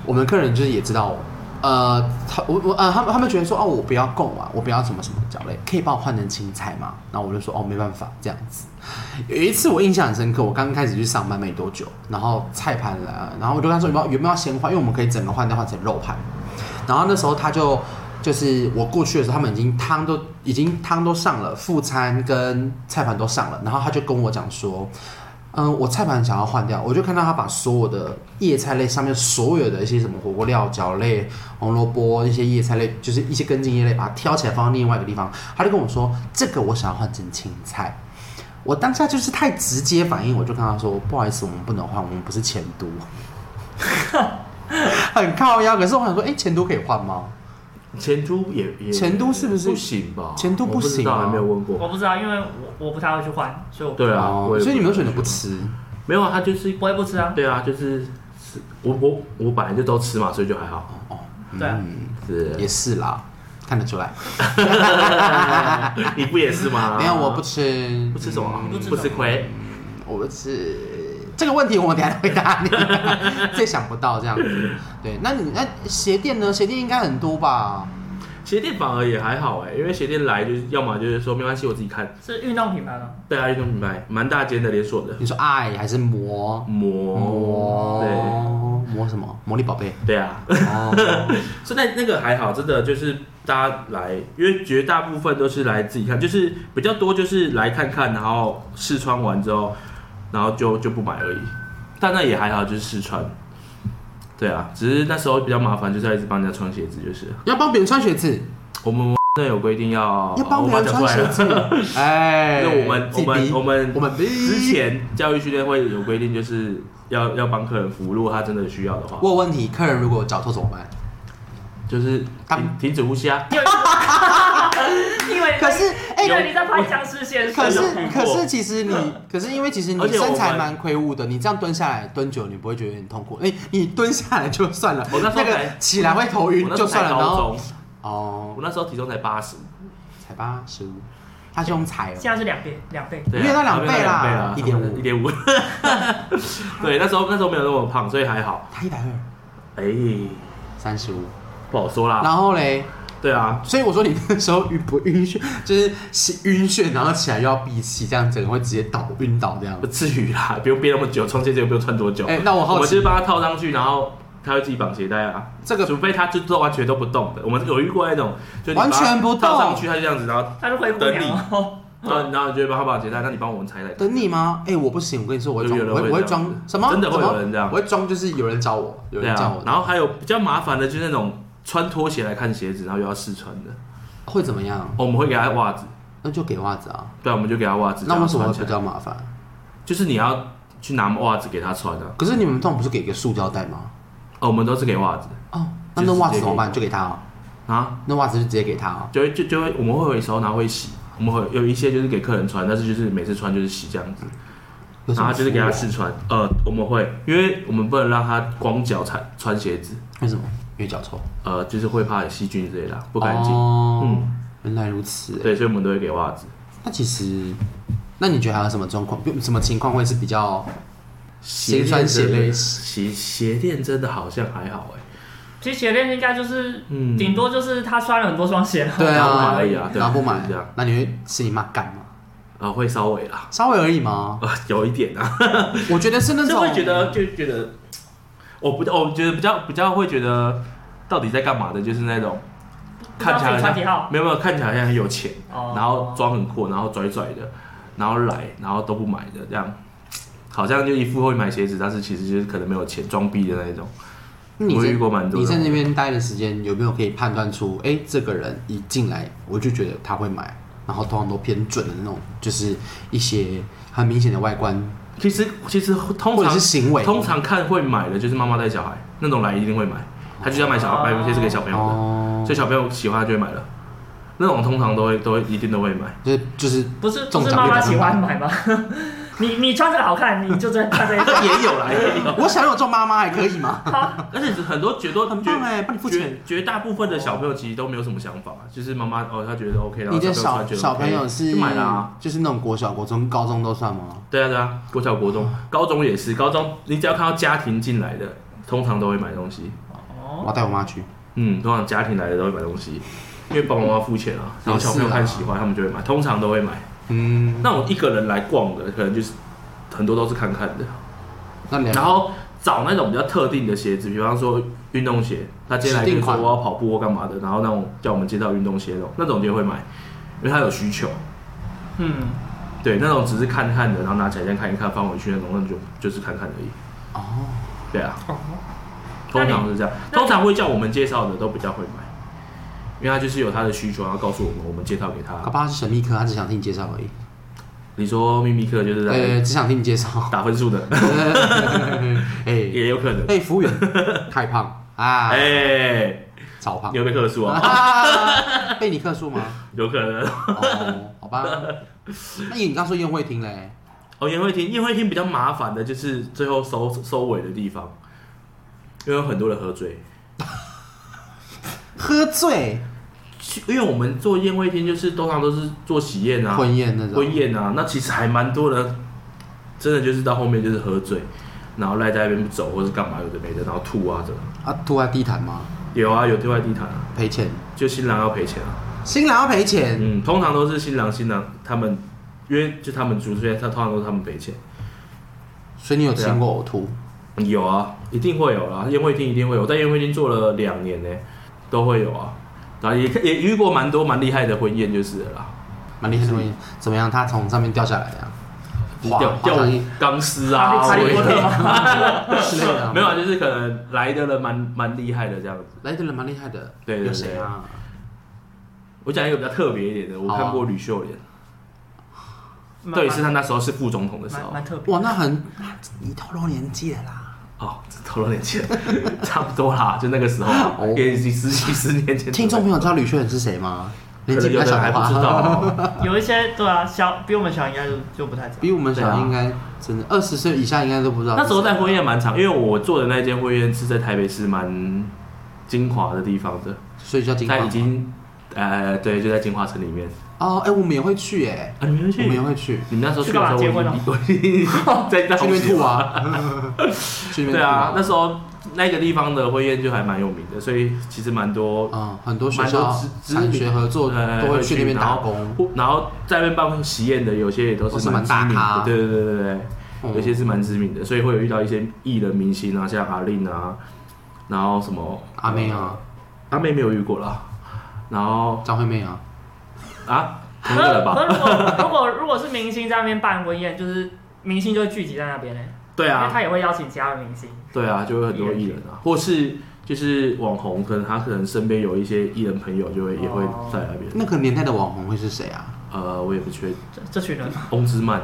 [SPEAKER 1] 我们客人就是也知道我，呃，他我我呃，他们他们觉得说哦，我不要贡啊，我不要什么什么饺类，可以帮我换成青菜吗？然后我就说哦，没办法这样子。有一次我印象很深刻，我刚开始去上班没多久，然后菜盘来了，然后我就跟他说有没有有没有要先换，因为我们可以整个换掉换成肉盘。然后那时候他就就是我过去的时候，他们已经汤都已经汤都上了，副餐跟菜盘都上了，然后他就跟我讲说，嗯，我菜盘想要换掉，我就看到他把所有的叶菜类上面所有的一些什么火锅料、饺类、红萝卜一些叶菜类，就是一些根茎叶类，把它挑起来放到另外一个地方。他就跟我说，这个我想要换成青菜。我当下就是太直接反应，我就跟他说，不好意思，我们不能换，我们不是前都。 [LAUGHS] 很靠腰，可是我想说，哎、前都可以换吗？
[SPEAKER 2] 前都也也
[SPEAKER 1] 前都是不是
[SPEAKER 2] 不行吧？
[SPEAKER 1] 前都不行啊吗
[SPEAKER 2] 我不知道还没有问过。
[SPEAKER 3] 我不知道，因为我我不太会去换，所以我
[SPEAKER 2] 对啊，
[SPEAKER 1] 哦
[SPEAKER 2] 我也
[SPEAKER 1] 所以你们
[SPEAKER 2] 不
[SPEAKER 1] 都
[SPEAKER 2] 知道
[SPEAKER 1] 选择不吃，
[SPEAKER 2] 没有啊？他就是
[SPEAKER 3] 不会不吃啊。
[SPEAKER 2] 对啊，就是吃我我我本来就都吃嘛，所以就还好。
[SPEAKER 3] 对啊
[SPEAKER 1] 嗯，
[SPEAKER 2] 是
[SPEAKER 1] 哦也是啦，看得出来。
[SPEAKER 2] 啊 [LAUGHS] 你不也是吗？
[SPEAKER 1] 没有，我不吃，
[SPEAKER 2] 啊
[SPEAKER 1] 嗯啊
[SPEAKER 2] 不吃什么啊
[SPEAKER 3] 你不吃什，么
[SPEAKER 2] 不吃亏。
[SPEAKER 1] 我不吃。这个问题我等一下回答你，这想不到这样子。对，那你那鞋店呢？鞋店应该很多吧？
[SPEAKER 2] 鞋店反而也还好哎，因为鞋店来就是要么就是说没关系，我自己看。
[SPEAKER 3] 是运动品牌
[SPEAKER 1] [LAUGHS]
[SPEAKER 3] 吗？
[SPEAKER 2] 对啊，运动品牌蛮大间的连锁的
[SPEAKER 1] 你说爱还是魔？
[SPEAKER 2] 魔，对
[SPEAKER 1] 魔魔什么？魔力宝贝。
[SPEAKER 2] 对啊， [LAUGHS]
[SPEAKER 1] 哦，
[SPEAKER 2] 所以那那个还好，真的就是大家来，因为绝大部分都是来自己看，就是比较多就是来看看，然后试穿完之后，然后就就不买而已。但那也还好，就是试穿。对啊，只是那时候比较麻烦，就是要一直帮人家穿鞋子，就是
[SPEAKER 1] 要帮别人穿鞋子，
[SPEAKER 2] 我们 [LAUGHS] 那有规定要，
[SPEAKER 1] 要帮
[SPEAKER 2] 我
[SPEAKER 1] 别
[SPEAKER 2] 把
[SPEAKER 1] 人
[SPEAKER 2] 它讲出
[SPEAKER 1] 穿
[SPEAKER 2] 来了
[SPEAKER 1] 鞋子。 [LAUGHS] 哎，
[SPEAKER 2] 那我们
[SPEAKER 1] 自
[SPEAKER 2] 我
[SPEAKER 1] 己
[SPEAKER 2] 们
[SPEAKER 1] 逼
[SPEAKER 2] 我们
[SPEAKER 1] 我们逼
[SPEAKER 2] 之前教育训练会有规定，就是要要帮客人服务，如果他真的需要的话
[SPEAKER 1] 我，有问题，客人如果脚臭怎么办？
[SPEAKER 2] 就是停
[SPEAKER 1] 当
[SPEAKER 2] 停止呼吸啊。
[SPEAKER 3] 因为因为
[SPEAKER 1] 可是，哎、
[SPEAKER 3] 因为你在拍僵尸先生
[SPEAKER 1] 可是
[SPEAKER 2] 有遇过嗯
[SPEAKER 1] 可是其实你，可是因为其实
[SPEAKER 2] 而
[SPEAKER 1] 你
[SPEAKER 2] 且我
[SPEAKER 1] 身材
[SPEAKER 2] 们
[SPEAKER 1] 蛮魁梧的，你这样蹲下来蹲久，了，你不会觉得很痛苦。哎、你蹲下来就算了，
[SPEAKER 2] 我那时候才
[SPEAKER 1] 个起来会头
[SPEAKER 2] 我
[SPEAKER 1] 晕
[SPEAKER 2] 那时
[SPEAKER 1] 就
[SPEAKER 2] 候
[SPEAKER 1] 算
[SPEAKER 2] 才
[SPEAKER 1] 了，然
[SPEAKER 2] 高
[SPEAKER 1] 后
[SPEAKER 2] 中，
[SPEAKER 1] 哦
[SPEAKER 2] 我，那时候体重才八十，
[SPEAKER 1] 才八十五，他是用踩哦，
[SPEAKER 3] 现在是两倍，两倍。
[SPEAKER 2] 对啊
[SPEAKER 1] 没有到两倍啦
[SPEAKER 2] 没有到
[SPEAKER 1] 1.5
[SPEAKER 2] 啊一
[SPEAKER 1] [LAUGHS]
[SPEAKER 2] 点五。对，那时候那时候没有那么胖，所以还好。
[SPEAKER 1] 他一百二
[SPEAKER 2] 哎，
[SPEAKER 1] 三十五，
[SPEAKER 2] 不好说啦。
[SPEAKER 1] 然后嘞，
[SPEAKER 2] 对啊，
[SPEAKER 1] 所以我说你那时候晕不晕眩，就是晕眩，然后起来又要闭气，这样整个会直接倒晕倒这样
[SPEAKER 2] 不。至于啦， [LAUGHS] 不用憋那么久，穿鞋子又不用穿多久。
[SPEAKER 1] 哎那我好奇
[SPEAKER 2] 我们就是帮他套上去，然后他会自己绑鞋带啊。
[SPEAKER 1] 这个
[SPEAKER 2] 除非他就都完全都不动的，我们有遇过那种，就你把它
[SPEAKER 1] 完全不动
[SPEAKER 2] 套上去，他就这样子，然后
[SPEAKER 3] 他是灰
[SPEAKER 1] [LAUGHS]
[SPEAKER 3] 姑
[SPEAKER 2] 等你
[SPEAKER 3] 娘哦，
[SPEAKER 2] 然后你就会帮他绑鞋带，那你帮我们拆来。
[SPEAKER 1] 等你吗？哎、我不行，我跟你说，我会装，
[SPEAKER 2] 有人
[SPEAKER 1] 我
[SPEAKER 2] 会
[SPEAKER 1] 会我会
[SPEAKER 2] 这样
[SPEAKER 1] 装
[SPEAKER 2] 子
[SPEAKER 1] 什么？
[SPEAKER 2] 真的会
[SPEAKER 1] 怎么
[SPEAKER 2] 有人这样
[SPEAKER 1] 我会装，就是有人找我，有
[SPEAKER 2] 对
[SPEAKER 1] 人叫
[SPEAKER 2] 啊
[SPEAKER 1] 我，，
[SPEAKER 2] 然后还有比较麻烦的，就是那种穿拖鞋来看鞋子，然后又要试穿的，哦
[SPEAKER 1] 会怎么样？
[SPEAKER 2] 我们会给他袜子，那
[SPEAKER 1] 那就给袜子啊。
[SPEAKER 2] 对啊，我们就给他袜子，
[SPEAKER 1] 那为什么
[SPEAKER 2] 这样
[SPEAKER 1] 会比
[SPEAKER 2] 穿起来？
[SPEAKER 1] 较麻烦？
[SPEAKER 2] 就是你要去拿袜子给他穿啊，
[SPEAKER 1] 可是你们通常不是给一个塑胶袋吗？
[SPEAKER 2] 哦，我们都是给袜子
[SPEAKER 1] 哦，那那
[SPEAKER 2] 就是
[SPEAKER 1] 袜子
[SPEAKER 2] 直接
[SPEAKER 1] 怎么
[SPEAKER 2] 给
[SPEAKER 1] 办？就给他哦，
[SPEAKER 2] 啊，
[SPEAKER 1] 那袜子就直接给他哦。
[SPEAKER 2] 就会就就会我们会回收，然后会洗，我们会有一些就是给客人穿，但是就是每次穿就是洗这样子，
[SPEAKER 1] 有什
[SPEAKER 2] 然
[SPEAKER 1] 么
[SPEAKER 2] 后就是给他
[SPEAKER 1] 服务啊
[SPEAKER 2] 试穿，呃，我们会，因为我们不能让他光脚穿穿鞋子，
[SPEAKER 1] 啊为什么？因为脚臭，
[SPEAKER 2] 呃，就是会怕有细菌之类的啊，不干净，
[SPEAKER 1] 哦、
[SPEAKER 2] 嗯，
[SPEAKER 1] 原来如此。
[SPEAKER 2] 对，所以我们都会给袜子。
[SPEAKER 1] 那其实，那你觉得还有什么状况？什么情况会是比较？
[SPEAKER 2] 鞋
[SPEAKER 1] 鞋穿鞋类
[SPEAKER 2] 鞋鞋垫真的好像还好哎、
[SPEAKER 3] 其实鞋垫应该就是，
[SPEAKER 2] 嗯
[SPEAKER 3] 顶多就是他穿了很多双鞋，然后
[SPEAKER 1] 对
[SPEAKER 2] 然后不
[SPEAKER 1] 啊
[SPEAKER 2] 买而已啊，对
[SPEAKER 1] 然后不
[SPEAKER 2] 就
[SPEAKER 1] 买
[SPEAKER 2] 是这样，
[SPEAKER 1] 那你会心里骂干吗？
[SPEAKER 2] 啊会稍微啦，
[SPEAKER 1] 稍微而已吗？
[SPEAKER 2] 啊有一点啊，
[SPEAKER 1] 我觉得是那
[SPEAKER 2] 就
[SPEAKER 1] 种
[SPEAKER 2] 会觉得就觉得，我不我觉得比较比较会觉得到底在干嘛的，就是那种
[SPEAKER 3] 不知道
[SPEAKER 2] 看起来
[SPEAKER 3] 自己穿几号
[SPEAKER 2] 像没有没有看起来好像很有钱，
[SPEAKER 3] 哦
[SPEAKER 2] 然后装很酷，然后拽拽的，然后来然后都不买的这样，好像就一副会买鞋子，但是其实就是可能没有钱装逼的那一种。
[SPEAKER 1] 那你
[SPEAKER 2] 我
[SPEAKER 1] 在
[SPEAKER 2] 遇过蛮多
[SPEAKER 1] 你
[SPEAKER 2] 的
[SPEAKER 1] 在那边待的时间有没有可以判断出，哎、这个人一进来我就觉得他会买，然后通常都偏准的那种，就是一些很明显的外观
[SPEAKER 2] 其实其实通
[SPEAKER 1] 或者
[SPEAKER 2] 常
[SPEAKER 1] 是行为，
[SPEAKER 2] 通常看会买的就是妈妈带小孩那种来一定会买，他就是要买小孩买一些是给小朋友的，
[SPEAKER 1] 哦，
[SPEAKER 2] 所以小朋友喜欢他就会买了。那种通常都会都会一定都会买。
[SPEAKER 1] 就是就是
[SPEAKER 3] 不是
[SPEAKER 1] 中
[SPEAKER 3] 不是
[SPEAKER 1] 奖
[SPEAKER 3] 妈妈
[SPEAKER 1] 就中
[SPEAKER 3] 喜欢买吗？ [LAUGHS] 你你穿这个好看，你就真的穿这
[SPEAKER 2] 哎
[SPEAKER 3] 一件。
[SPEAKER 2] [LAUGHS] 也有啦，也有。
[SPEAKER 1] 我想有做妈妈还可以吗？
[SPEAKER 2] [LAUGHS] 而且很多绝多
[SPEAKER 1] 很
[SPEAKER 2] 绝
[SPEAKER 1] 棒哎，帮你付钱。
[SPEAKER 2] 绝绝大部分的小朋友其实都没有什么想法，就是妈妈哦，她觉得 OK 了，
[SPEAKER 1] 你的小
[SPEAKER 2] 小朋友穿觉得
[SPEAKER 1] 小朋
[SPEAKER 2] OK，
[SPEAKER 1] 友是
[SPEAKER 2] 就买了啊。
[SPEAKER 1] 就是那种国小、国中、高中都算吗？
[SPEAKER 2] 对啊对啊，国小国中、高中也是，高中你只要看到家庭进来的，通常都会买东西。
[SPEAKER 3] 哦
[SPEAKER 1] 我要带我妈去，
[SPEAKER 2] 嗯，通常家庭来的都会买东西，因为爸爸妈妈付钱啊，然后小
[SPEAKER 1] 哦
[SPEAKER 2] 朋友看喜欢，他们就会买，通常都会买。
[SPEAKER 1] 嗯，
[SPEAKER 2] 那种一个人来逛的，可能就是很多都是看看的，
[SPEAKER 1] 那你
[SPEAKER 2] 然后找那种比较特定的鞋子，比方说运动鞋，他今天来跟
[SPEAKER 1] 指
[SPEAKER 2] 你
[SPEAKER 1] 定
[SPEAKER 2] 说
[SPEAKER 1] 款
[SPEAKER 2] 我要跑步或干嘛的，然后那种叫我们介绍运动鞋那种，那种就会买，因为他有需求。
[SPEAKER 3] 嗯，
[SPEAKER 2] 对，那种只是看看的，然后拿起来先看一看，放回去那种，那就就是看看而已。
[SPEAKER 1] 哦，
[SPEAKER 2] 对啊，
[SPEAKER 3] 那
[SPEAKER 2] 通
[SPEAKER 3] 你
[SPEAKER 2] 常是这样，
[SPEAKER 3] 那
[SPEAKER 2] 通
[SPEAKER 3] 你
[SPEAKER 2] 常会叫我们介绍的都比较会买，因为他就是有他的需求，然后告诉我们，我们介绍给
[SPEAKER 1] 搞
[SPEAKER 2] 他。
[SPEAKER 1] 不好他是神秘客，他只想听你介绍而已，
[SPEAKER 2] 你说秘密课就是在
[SPEAKER 1] 呃，只想听你介绍。
[SPEAKER 2] 打分数的，
[SPEAKER 1] 哎
[SPEAKER 2] [LAUGHS] 也有可能。
[SPEAKER 1] 哎，服务员太胖啊，
[SPEAKER 2] 哎，
[SPEAKER 1] 超胖
[SPEAKER 2] 你，有被克数
[SPEAKER 1] [LAUGHS]
[SPEAKER 2] 啊？ [LAUGHS]
[SPEAKER 1] 啊被你克数吗？
[SPEAKER 2] 有可能。
[SPEAKER 1] 哦，好吧。那你刚说宴会厅嘞？
[SPEAKER 2] 哦，宴会厅，宴会厅比较麻烦的就是最后收收尾的地方，因为有很多人喝醉。
[SPEAKER 1] 喝醉
[SPEAKER 2] 去因为我们做宴会厅就是通常都是做喜宴啊、
[SPEAKER 1] 婚宴那种，
[SPEAKER 2] 婚宴啊，那其实还蛮多人，真的就是到后面就是喝醉，然后赖在那边不走或是干嘛有的没的，然后吐啊这种。
[SPEAKER 1] 啊，吐在地毯吗？
[SPEAKER 2] 有啊，有对外地毯啊，
[SPEAKER 1] 赔钱，
[SPEAKER 2] 就新郎要赔钱啊。
[SPEAKER 1] 新郎要赔钱，
[SPEAKER 2] 嗯，通常都是新郎新娘他们，因为就他们主持人，他通常都是他们赔钱。
[SPEAKER 1] 所以你有
[SPEAKER 2] 对啊
[SPEAKER 1] 听过呕吐？
[SPEAKER 2] 有啊，一定会有啦，宴会厅一定会有，在宴会厅做了两年呢、都会有啊。然后也也遇过蛮多蛮厉害的婚宴就是了啦，
[SPEAKER 1] 蛮厉害的婚宴，怎么样？他从上面掉下来的啊，滑
[SPEAKER 2] 啊掉
[SPEAKER 1] 滑
[SPEAKER 2] 掉
[SPEAKER 1] 上去
[SPEAKER 2] 钢丝啊，
[SPEAKER 3] 哈利波特
[SPEAKER 2] 我
[SPEAKER 1] 之类的啊，
[SPEAKER 2] 没有啊，就是可能来的人蛮蛮厉害的这样子。
[SPEAKER 1] 来的人蛮厉害的，
[SPEAKER 2] 对对对
[SPEAKER 1] 有谁啊？
[SPEAKER 2] 我讲一个比较特别一点的，我
[SPEAKER 1] 好啊
[SPEAKER 2] 看过吕秀莲，
[SPEAKER 3] 蛮
[SPEAKER 2] [LAUGHS] 对，是他那时候是副总统的时
[SPEAKER 3] 蛮
[SPEAKER 2] 候，
[SPEAKER 3] 蛮特别。
[SPEAKER 1] 哇，那很你透露年纪了啦，
[SPEAKER 2] 哦，透露年纪了， [LAUGHS] 差不多啦，就那个时候，
[SPEAKER 1] 哦
[SPEAKER 2] 也已经十几十年前。
[SPEAKER 1] 听众朋友知道吕秀妍是谁吗？
[SPEAKER 2] 可
[SPEAKER 1] 年纪
[SPEAKER 2] 能
[SPEAKER 1] 比
[SPEAKER 2] 有
[SPEAKER 1] 较小
[SPEAKER 2] 的
[SPEAKER 1] 啊
[SPEAKER 2] 人还
[SPEAKER 1] 的
[SPEAKER 2] 不知
[SPEAKER 1] 话，
[SPEAKER 2] 道，
[SPEAKER 3] 有一些对啊，小比我们小应该就就不太知道。
[SPEAKER 1] 比我们
[SPEAKER 2] 对啊
[SPEAKER 1] 小应该真的二十岁以下应该都不知道。
[SPEAKER 2] 那时候在婚宴蛮长，因为我做的那间婚宴是在台北市蛮精华的地方的，
[SPEAKER 1] 所以叫金
[SPEAKER 2] 在已
[SPEAKER 1] 发
[SPEAKER 2] 经呃对，就在金华城里面。
[SPEAKER 1] 哦，哎，我们也会去哎，
[SPEAKER 2] 啊，你们
[SPEAKER 1] 我
[SPEAKER 2] 去？
[SPEAKER 1] 们也会
[SPEAKER 2] [LAUGHS]
[SPEAKER 1] 去
[SPEAKER 2] 你们那时候去
[SPEAKER 3] 去干嘛
[SPEAKER 2] 的时候，我
[SPEAKER 3] 结婚
[SPEAKER 2] 已经我已经
[SPEAKER 3] [LAUGHS]
[SPEAKER 2] 在在
[SPEAKER 1] 去那边吐。啊， [LAUGHS] 去那边
[SPEAKER 2] 对
[SPEAKER 1] 吐
[SPEAKER 2] 啊，那时候那个地方的婚宴就还蛮有名的，所以其实蛮多
[SPEAKER 1] 嗯，很多学
[SPEAKER 2] 蛮多
[SPEAKER 1] 校
[SPEAKER 2] 知知
[SPEAKER 1] 产
[SPEAKER 2] 名
[SPEAKER 1] 学合作
[SPEAKER 2] 呃
[SPEAKER 1] 都会去那边
[SPEAKER 2] 然
[SPEAKER 1] 打
[SPEAKER 2] 后
[SPEAKER 1] 工，
[SPEAKER 2] 然后在那边办喜宴的，有些也都
[SPEAKER 1] 都
[SPEAKER 2] 是
[SPEAKER 1] 是
[SPEAKER 2] 蛮
[SPEAKER 1] 蛮
[SPEAKER 2] 知名
[SPEAKER 1] 大咖
[SPEAKER 2] 的，对对对对对，
[SPEAKER 1] 嗯
[SPEAKER 2] 有些是蛮知名的，所以会有遇到一些艺人明星啊，像阿令啊，然后什么
[SPEAKER 1] 阿妹啊，
[SPEAKER 2] 阿妹没有遇过啦，然后
[SPEAKER 1] 张惠妹啊，
[SPEAKER 2] 啊，同一
[SPEAKER 3] 那
[SPEAKER 2] 个
[SPEAKER 1] [LAUGHS]
[SPEAKER 2] 人吧？
[SPEAKER 3] 那如果如果如果是明星在那边办婚宴，就是明星就会聚集在那边呢，
[SPEAKER 2] 对
[SPEAKER 3] 因为
[SPEAKER 2] 啊，
[SPEAKER 3] 他也会邀请其他的明星。
[SPEAKER 2] 对啊，就会很多艺人啊，或是就是网红，可能他可能身边有一些艺人朋友，就会也会
[SPEAKER 3] 哦
[SPEAKER 2] 在那边。
[SPEAKER 1] 那个年代的网红会是谁啊？
[SPEAKER 2] 呃，我也不确定，
[SPEAKER 3] 这这群人吗，
[SPEAKER 2] 翁之曼，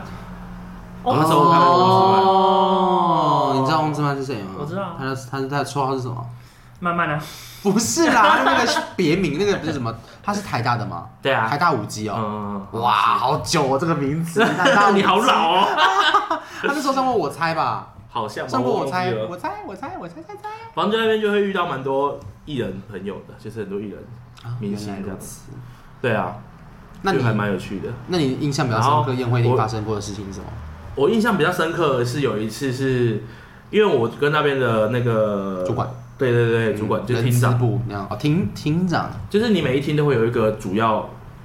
[SPEAKER 3] 哦
[SPEAKER 2] 那时候我看过翁之曼，
[SPEAKER 1] 哦，你知道翁之曼是谁吗？
[SPEAKER 3] 我知
[SPEAKER 2] 啊
[SPEAKER 3] 道
[SPEAKER 1] 他的他的他的绰号是什么？
[SPEAKER 3] 慢慢的，
[SPEAKER 1] 不是啦，那个是别名，那个不是什么？他是台大的吗？
[SPEAKER 2] 对啊
[SPEAKER 1] 台，大舞姬哦。
[SPEAKER 2] 嗯，
[SPEAKER 1] 哇，好久哦，这个名字。台大舞姬
[SPEAKER 2] [LAUGHS] 你好，老哦。
[SPEAKER 1] 他那时候上过我猜吧？
[SPEAKER 2] 好像吧
[SPEAKER 1] 上过我
[SPEAKER 2] 哦忘
[SPEAKER 1] 猜
[SPEAKER 2] 记，了
[SPEAKER 1] 我猜，我猜，我猜猜猜。
[SPEAKER 2] 反正在那边就会遇到蛮多艺人朋友的，就是很多艺人。
[SPEAKER 1] 啊
[SPEAKER 2] 明星
[SPEAKER 1] 原来
[SPEAKER 2] 这
[SPEAKER 1] 如
[SPEAKER 2] 样
[SPEAKER 1] 此。
[SPEAKER 2] 对啊，
[SPEAKER 1] 那
[SPEAKER 2] 就还
[SPEAKER 1] 你
[SPEAKER 2] 蛮有趣的。
[SPEAKER 1] 那你印象比较
[SPEAKER 2] 然后
[SPEAKER 1] 深刻宴会厅
[SPEAKER 2] 我
[SPEAKER 1] 发生过的事情是什么？
[SPEAKER 2] 我印象比较深刻的是有一次是，因为我跟那边的那个
[SPEAKER 1] 主管，嗯
[SPEAKER 2] 对对对，主管、就是
[SPEAKER 1] 人
[SPEAKER 2] 厅
[SPEAKER 1] 资
[SPEAKER 2] 长，
[SPEAKER 1] 部那样哦，厅厅长
[SPEAKER 2] 就是你每一厅都会有一个主要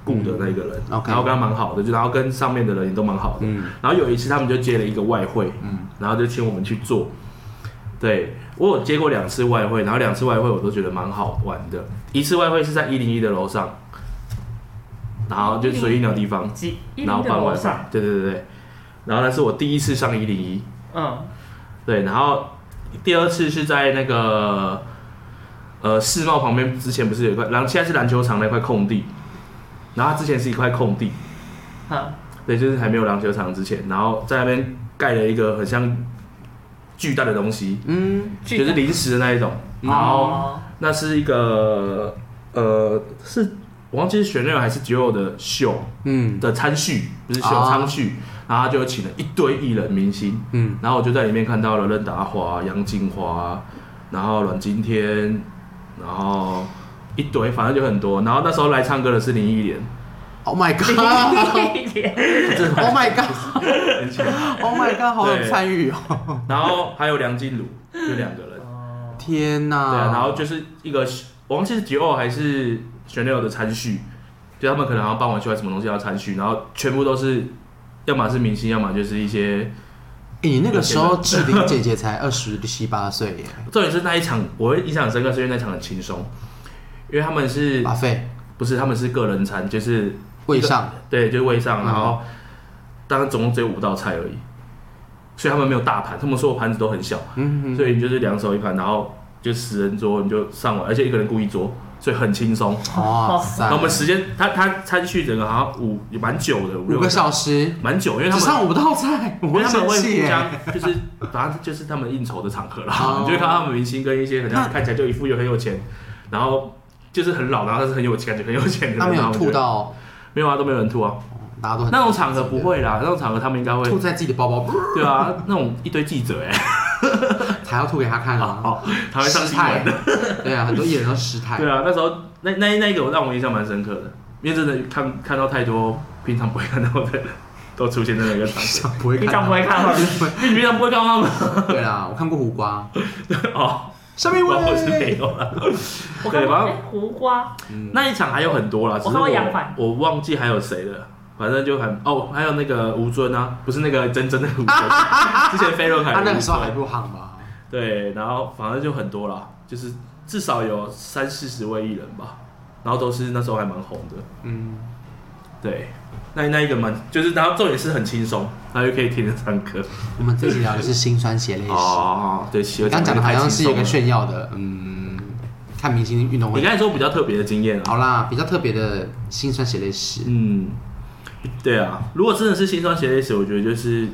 [SPEAKER 2] 雇的那个人，
[SPEAKER 1] 嗯，OK
[SPEAKER 2] 然后跟他蛮好的，就然后跟上面的人也都蛮好的。
[SPEAKER 1] 嗯
[SPEAKER 2] 然后有一次他们就接了一个外汇，
[SPEAKER 1] 嗯
[SPEAKER 2] 然后就请我们去做。对我有接过两次外汇，然后两次外汇我都觉得蛮好玩的。一次外汇是在一零一的楼上，然后就随意那地方，
[SPEAKER 3] 几一
[SPEAKER 2] 然后
[SPEAKER 3] 零的
[SPEAKER 2] 办外
[SPEAKER 3] 楼
[SPEAKER 2] 汇
[SPEAKER 3] 上，
[SPEAKER 2] 对对对对。然后那是我第一次上一零一，
[SPEAKER 3] 嗯，
[SPEAKER 2] 对，然后第二次是在那个呃世贸旁边，之前不是有一块，然后现在是篮球场那块空地，然后它之前是一块空地，
[SPEAKER 3] 好，
[SPEAKER 2] 对，就是还没有篮球场之前，然后在那边盖了一个很像巨大的东西，
[SPEAKER 1] 嗯，
[SPEAKER 2] 就是临时的那一种，然后
[SPEAKER 3] 哦，
[SPEAKER 2] 那是一个呃是我忘记是旋律还是只有的秀
[SPEAKER 1] 嗯
[SPEAKER 2] 的餐序，不是秀
[SPEAKER 1] 啊
[SPEAKER 2] 餐序，然后他就请了一堆艺人明星。
[SPEAKER 1] 嗯，
[SPEAKER 2] 然后我就在里面看到了任达华、杨静华，然后阮经天，然后一堆，反正就很多。然后那时候来唱歌的是林忆莲，
[SPEAKER 1] ，Oh my
[SPEAKER 3] [LAUGHS]
[SPEAKER 2] [LAUGHS]
[SPEAKER 1] god，Oh
[SPEAKER 2] 这
[SPEAKER 1] Oh my god，Oh
[SPEAKER 2] 很强。
[SPEAKER 1] my god，好有参与哦！
[SPEAKER 2] 然后还有梁静茹，就两个人。
[SPEAKER 1] 天哪，
[SPEAKER 2] 对啊，然后就是一个，我忘记是迪奥还是玄六的餐序，就他们可能好像傍晚出来什么东西要餐序，然后全部都是，要么是明星，要么就是一些。
[SPEAKER 1] 诶哎你那个时候志玲姐姐才二十七八岁
[SPEAKER 2] [LAUGHS]
[SPEAKER 1] 耶，
[SPEAKER 2] 重点是那一场，我会印象很深刻，是因为那场很轻松，因为他们是
[SPEAKER 1] 把费
[SPEAKER 2] 不是他们是个人餐，就是
[SPEAKER 1] 位上，
[SPEAKER 2] 对，就是位上，
[SPEAKER 1] 嗯
[SPEAKER 2] 然后当然总共只有五道菜而已，所以他们没有大盘，他们所有盘子都很小，
[SPEAKER 1] 嗯
[SPEAKER 2] 所以你就是两手一盘，然后就十人桌你就上完，而且一个人雇一桌，所以很轻松。
[SPEAKER 1] 嗯，哇塞
[SPEAKER 2] 然后，我们时间，他他餐序整个好像五也蛮久的，五
[SPEAKER 1] 五个，小时
[SPEAKER 2] 蛮久，因为他
[SPEAKER 1] 只
[SPEAKER 2] 们
[SPEAKER 1] 上五道菜，我
[SPEAKER 2] 因
[SPEAKER 1] 会
[SPEAKER 2] 为他们
[SPEAKER 1] 生
[SPEAKER 2] 会
[SPEAKER 1] 气耶。
[SPEAKER 2] 互相就是，反正就是他们应酬的场合啦。
[SPEAKER 1] 哦
[SPEAKER 2] 你就会看到他们明星跟一些很像
[SPEAKER 1] 那
[SPEAKER 2] 看起来就一副又很有钱，然后就是很老，然后但是很有钱，感觉很有钱的人。
[SPEAKER 1] 他们
[SPEAKER 2] 然
[SPEAKER 1] 有
[SPEAKER 2] 后
[SPEAKER 1] 吐
[SPEAKER 2] 就
[SPEAKER 1] 到，
[SPEAKER 2] 没有啊，都没有人吐啊。
[SPEAKER 1] 大家都很
[SPEAKER 2] 那种场合不会啦，那种场合他们应该会，
[SPEAKER 1] 吐在自己的包包，
[SPEAKER 2] 对啊，那种一堆记者
[SPEAKER 1] [LAUGHS]
[SPEAKER 2] 哎、
[SPEAKER 1] 才要吐给他看啊。
[SPEAKER 2] 哦，他会上
[SPEAKER 1] 失
[SPEAKER 2] 新
[SPEAKER 1] 态 [LAUGHS]
[SPEAKER 2] 闻的，
[SPEAKER 1] 对啊，很多艺人都失态。
[SPEAKER 2] 对啊，那时候那那那一个让我印象蛮深刻的，因为真的看看到太多平常不会看到的人都出现在那个
[SPEAKER 1] [LAUGHS]
[SPEAKER 2] 场合，
[SPEAKER 1] 不会
[SPEAKER 3] 你
[SPEAKER 1] 看
[SPEAKER 3] 讲不
[SPEAKER 1] 到。
[SPEAKER 3] 会
[SPEAKER 2] [LAUGHS]
[SPEAKER 3] 看吗？
[SPEAKER 2] 因为你平常不会看到他们 [LAUGHS]
[SPEAKER 1] 对啦，我看过胡瓜，
[SPEAKER 2] 哦，
[SPEAKER 1] 上面
[SPEAKER 2] 我我是没
[SPEAKER 1] 位。
[SPEAKER 2] 有啦。
[SPEAKER 3] 我
[SPEAKER 2] 对
[SPEAKER 3] 看过
[SPEAKER 2] 然后
[SPEAKER 3] 哎胡瓜，
[SPEAKER 2] [LAUGHS] 那一场还有很多啦，只是
[SPEAKER 3] 我看过杨
[SPEAKER 2] 我
[SPEAKER 3] 凡
[SPEAKER 2] 我忘记还有谁了。反正就很哦，还有那个吴尊啊，不是那个真真的吴尊，之前飞轮
[SPEAKER 1] [LAUGHS]
[SPEAKER 2] 海
[SPEAKER 1] 他
[SPEAKER 2] 的
[SPEAKER 1] 啊那
[SPEAKER 2] 吴
[SPEAKER 1] 个时候还
[SPEAKER 2] 尊，
[SPEAKER 1] 不夯吧？
[SPEAKER 2] 对，然后反正就很多啦，就是至少有三四十位艺人吧，然后都是那时候还蛮红的，
[SPEAKER 1] 嗯，
[SPEAKER 2] 对，那那一个蛮就是，然后重点是很轻松，然后又可以听着唱歌。
[SPEAKER 1] 我们这期聊的是辛酸血泪史。
[SPEAKER 2] 哦，对，喜欢
[SPEAKER 1] 刚讲的好像是有
[SPEAKER 2] 有
[SPEAKER 1] 个，炫耀的，嗯，看明星运动
[SPEAKER 2] 你
[SPEAKER 1] 会。
[SPEAKER 2] 刚才说比较特别的经验啊，
[SPEAKER 1] 好啦，比较特别的辛酸血泪史。
[SPEAKER 2] 嗯，对啊，如果真的是心酸血泪史，我觉得就是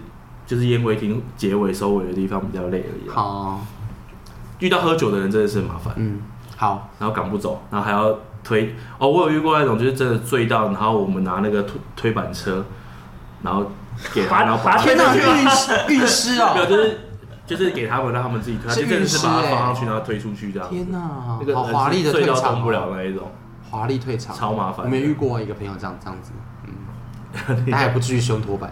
[SPEAKER 2] 就是烟灰厅结尾收尾的地方比较累而已啊。
[SPEAKER 1] 好，
[SPEAKER 2] 遇到喝酒的人真的是很麻烦。
[SPEAKER 1] 嗯，
[SPEAKER 2] [LAUGHS]
[SPEAKER 1] 好，
[SPEAKER 2] 然后赶不走，然后还要推。哦，我有遇过那种，就是真的醉到，然后我们拿那个推推板车，然后给他，
[SPEAKER 3] 把
[SPEAKER 2] 然后把他
[SPEAKER 3] 把他
[SPEAKER 1] 天哪，运势运势
[SPEAKER 2] 没 [LAUGHS] 有，
[SPEAKER 1] 哦！
[SPEAKER 2] 就是就是给他们，让他们自己推，他
[SPEAKER 1] 是
[SPEAKER 2] 就真的是把
[SPEAKER 1] 运
[SPEAKER 2] 它
[SPEAKER 1] 势欸
[SPEAKER 2] 放上去，然后推出去这样。
[SPEAKER 1] 天哪
[SPEAKER 2] 那个，
[SPEAKER 1] 好
[SPEAKER 2] 人
[SPEAKER 1] 华丽的
[SPEAKER 2] 是醉
[SPEAKER 1] 退
[SPEAKER 2] 到动
[SPEAKER 1] 场
[SPEAKER 2] 不了
[SPEAKER 1] 哦，
[SPEAKER 2] 那一种，
[SPEAKER 1] 华丽退场，
[SPEAKER 2] 超麻
[SPEAKER 1] 我
[SPEAKER 2] 烦。
[SPEAKER 1] 没有遇过一个朋友这样这样子，嗯，他还不至于胸托板。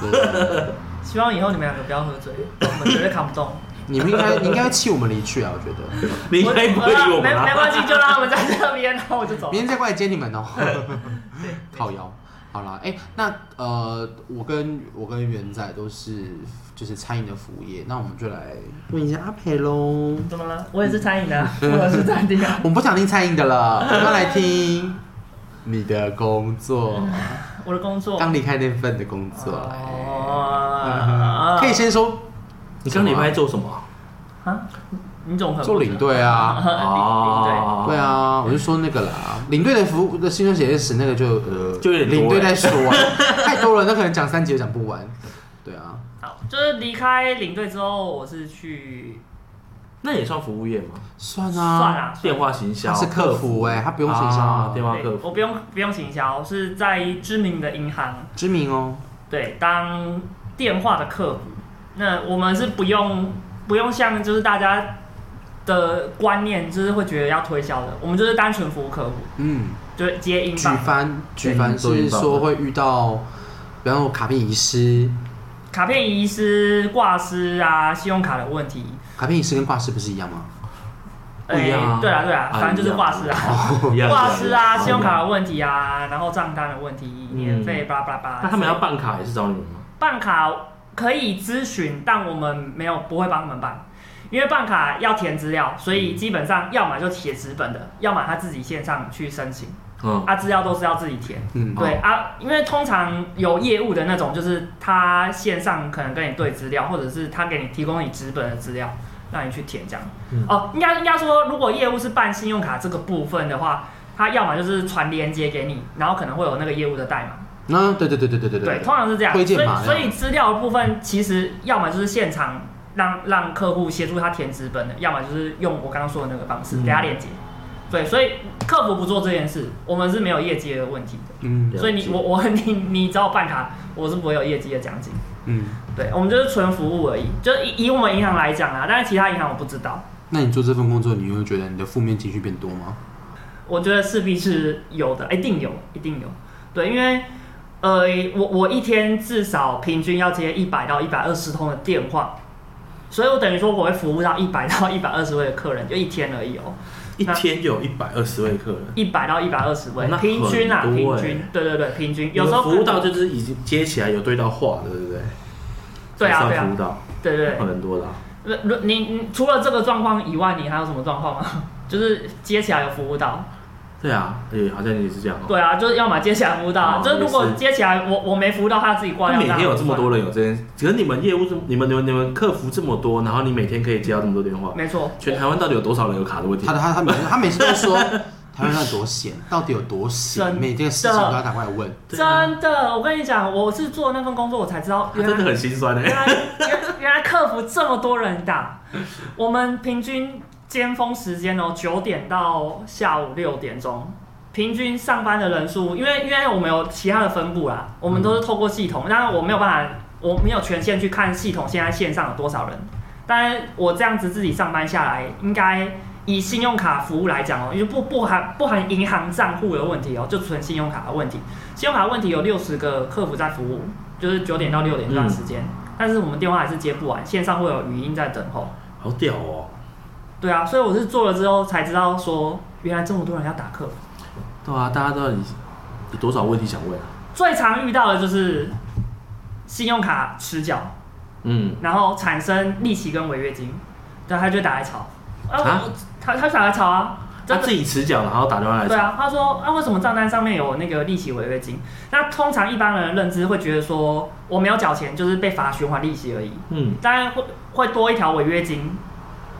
[SPEAKER 1] 对
[SPEAKER 3] 希望以后你们两个不要喝醉，我们绝对扛不动。
[SPEAKER 1] 你们应该你应该会弃我们离去啊，我觉得，
[SPEAKER 2] [LAUGHS] 你应该不会理我们啊
[SPEAKER 3] 没没
[SPEAKER 2] 啦。
[SPEAKER 3] 关系，就让他们在这边，然后我就
[SPEAKER 2] [LAUGHS]
[SPEAKER 3] 走
[SPEAKER 1] 明天
[SPEAKER 3] 了。
[SPEAKER 1] 再过来接你们哦。靠腰，好啦，哎、那呃，我跟我跟元仔都是就是餐饮的服务业，那我们就来问一下阿培喽。
[SPEAKER 3] 怎么了？我也是餐饮
[SPEAKER 2] [LAUGHS]
[SPEAKER 3] 的啊，我是餐厅啊，
[SPEAKER 1] 我们不想听餐饮的了，我们要来听你的工作，
[SPEAKER 3] 我的工作。
[SPEAKER 1] 刚离开那份的工作。
[SPEAKER 3] 哦
[SPEAKER 1] 可以先说
[SPEAKER 2] 啊你刚礼拜做什么啊？
[SPEAKER 3] 啊？你总很
[SPEAKER 1] [LAUGHS] 做领
[SPEAKER 3] [LAUGHS]
[SPEAKER 1] 队啊，
[SPEAKER 3] 啊，
[SPEAKER 2] 哦
[SPEAKER 1] 对，啊，我就说那个啦，领队的服务的新生写历史那个就呃，
[SPEAKER 2] 就有点多
[SPEAKER 1] 领队
[SPEAKER 2] 欸
[SPEAKER 1] 在说啊， [LAUGHS] 太多了，那可能讲三集都讲不完。对啊，
[SPEAKER 3] 好，就是离开领队之后，我是去
[SPEAKER 2] 那也算服务业吗？
[SPEAKER 1] 算啊，
[SPEAKER 3] 算啦，
[SPEAKER 2] 电话行销
[SPEAKER 1] 他是客服哎、他不用形象啊
[SPEAKER 2] 啊，电话
[SPEAKER 3] 对
[SPEAKER 2] 客服
[SPEAKER 3] 我不用不用行销，是在知名的银行
[SPEAKER 1] 知名哦，
[SPEAKER 3] 对当电话的客服。那我们是不用不用像就是大家的观念，就是会觉得要推销的，我们就是单纯服务客户，
[SPEAKER 1] 嗯，
[SPEAKER 3] 就是接英
[SPEAKER 1] 举
[SPEAKER 3] 镑
[SPEAKER 1] 凡举凡是说会遇到，比方说卡片遗失，
[SPEAKER 3] 卡片遗失、挂失啊、信用卡的问题。
[SPEAKER 1] 卡片遗失跟挂失不是一样吗？
[SPEAKER 2] 不一样啊
[SPEAKER 3] 哎对啊对啊，
[SPEAKER 2] 啊
[SPEAKER 3] 反正就是挂失啊。
[SPEAKER 2] 一样哦
[SPEAKER 3] 挂失啊，信
[SPEAKER 2] 一样
[SPEAKER 3] 用。卡的问题啊，然后账单的问题，年费巴拉巴拉巴拉。
[SPEAKER 2] 嗯那他们要办卡也是找你们吗？
[SPEAKER 3] 办卡可以咨询，但我们没有不会帮他们办，因为办
[SPEAKER 2] 嗯
[SPEAKER 3] 卡要填资料，所以基本上要么就写纸本的，要么他自己线上去申请。
[SPEAKER 2] 嗯
[SPEAKER 3] 啊，资料都是要自己填。
[SPEAKER 1] 嗯，
[SPEAKER 3] 对啊，因为通常有业务的那种，就是他线上可能跟你对资料，或者是他给你提供你纸本的资料，让你去填这样。
[SPEAKER 2] 嗯
[SPEAKER 3] 哦，应该应该说，如果业务是办信用卡这个部分的话，他要么就是传连接给你，然后可能会有那个业务的代码。
[SPEAKER 1] 那啊对对对对对对
[SPEAKER 3] 对，通常是这样。
[SPEAKER 1] 推荐
[SPEAKER 3] 所以
[SPEAKER 1] 码那样
[SPEAKER 3] 所以资料的部分其实要么就是现场让让客户协助他填纸本的，要么就是用我刚刚说的那个方式
[SPEAKER 2] 嗯
[SPEAKER 3] 给他链接。对，所以客服不做这件事，我们是没有业绩的问题的。
[SPEAKER 1] 嗯
[SPEAKER 2] 了解
[SPEAKER 3] 所以你我 [LAUGHS] 我你你找我办卡，我是不会有业绩的奖金。
[SPEAKER 1] 嗯，
[SPEAKER 3] 对，我们就是纯服务而已，就是以以我们银行来讲啊，但是其他银行我不知道，
[SPEAKER 1] 那你做这份工作，你会觉得你的负面情绪变多吗？
[SPEAKER 3] 我觉得势必是有的，一定有，一定有。对，因为呃，我我一天至少平均要接一百到一百二十通的电话，所以我等于说我会服务到一百到一百二十位的客人，就一天而已哦，
[SPEAKER 2] 一天就有一百二十位客人，
[SPEAKER 3] 一百到一百二十位
[SPEAKER 2] 哦那，
[SPEAKER 3] 平均啊，
[SPEAKER 2] 很多
[SPEAKER 3] 平
[SPEAKER 2] 欸
[SPEAKER 3] 均，对对对，平均，有时候
[SPEAKER 2] 你们服务到
[SPEAKER 3] 可能
[SPEAKER 2] 就是已经接起来有对到话的，对不对？
[SPEAKER 3] 对啊
[SPEAKER 2] 才
[SPEAKER 3] 对
[SPEAKER 2] 算服
[SPEAKER 3] 啊
[SPEAKER 2] 务，到
[SPEAKER 3] 对对对。
[SPEAKER 2] 很多的啊，
[SPEAKER 3] 如如你你除了这个状况以外，你还有什么状况吗？ [LAUGHS] 就是接起来有服务
[SPEAKER 2] 哦
[SPEAKER 3] 到，
[SPEAKER 2] 对啊，哎，好像也是这样哦。
[SPEAKER 3] 对啊，就是要么接起来服务到啊，
[SPEAKER 2] 哦
[SPEAKER 3] 就是如果
[SPEAKER 2] 也是
[SPEAKER 3] 接起来我我没服务到，他自己挂
[SPEAKER 2] 那
[SPEAKER 3] 掉。
[SPEAKER 2] 每天有这么多
[SPEAKER 3] 人，
[SPEAKER 2] 人有这件事，可是你们业务这么，你们你们你们客服这么多，然后你每天可以接到这么多电话，
[SPEAKER 3] 没错，
[SPEAKER 2] 全台湾到底有多少人有卡的问题
[SPEAKER 1] 他？他他每他每次都说台湾人多闲，到底有多闲？
[SPEAKER 3] 真的
[SPEAKER 1] 每件事情都要打过来问。
[SPEAKER 2] 对啊
[SPEAKER 3] 真的，我跟你讲，我是做那份工作，我才知道
[SPEAKER 2] 他
[SPEAKER 3] 原
[SPEAKER 2] 真的
[SPEAKER 3] 来
[SPEAKER 2] 很心酸哎、
[SPEAKER 3] 原来原原来客服这么多人打。我们平均尖峰时间哦，九点到下午六点钟，平均上班的人数，因为因为我们有其他的分布啦，我们都
[SPEAKER 2] 嗯
[SPEAKER 3] 是透过系统，当然我没有办法，我没有权限去看系统现在线上有多少人，但我这样子自己上班下来，应该。以信用卡服务来讲哦，因为不不含不含银行账户的问题哦，就纯信用卡的问题。信用卡问题有六十个客服在服务，就是九点到六点这段时间，但是我们电话还是接不完，线上会有语音在等候。
[SPEAKER 2] 好屌哦、
[SPEAKER 3] 对啊，所以我是做了之后才知道说，原来这么多人要打客服。
[SPEAKER 2] 对啊，大家到底有多少问题想问啊？
[SPEAKER 3] 最常遇到的就是信用卡迟缴，
[SPEAKER 2] 嗯，
[SPEAKER 3] 然后产生利息跟违约金，对，他就打来吵，啊，
[SPEAKER 2] 啊
[SPEAKER 3] 我他他打来吵啊，
[SPEAKER 2] 他
[SPEAKER 3] 真的
[SPEAKER 2] 自己持缴，然后打电话来，
[SPEAKER 3] 对啊，他说啊，为什么账单上面有那个利息违约金？那通常一般人的认知会觉得说，我没有缴钱就是被罚循环利息而已，
[SPEAKER 2] 嗯，
[SPEAKER 3] 当然会会多一条违约金，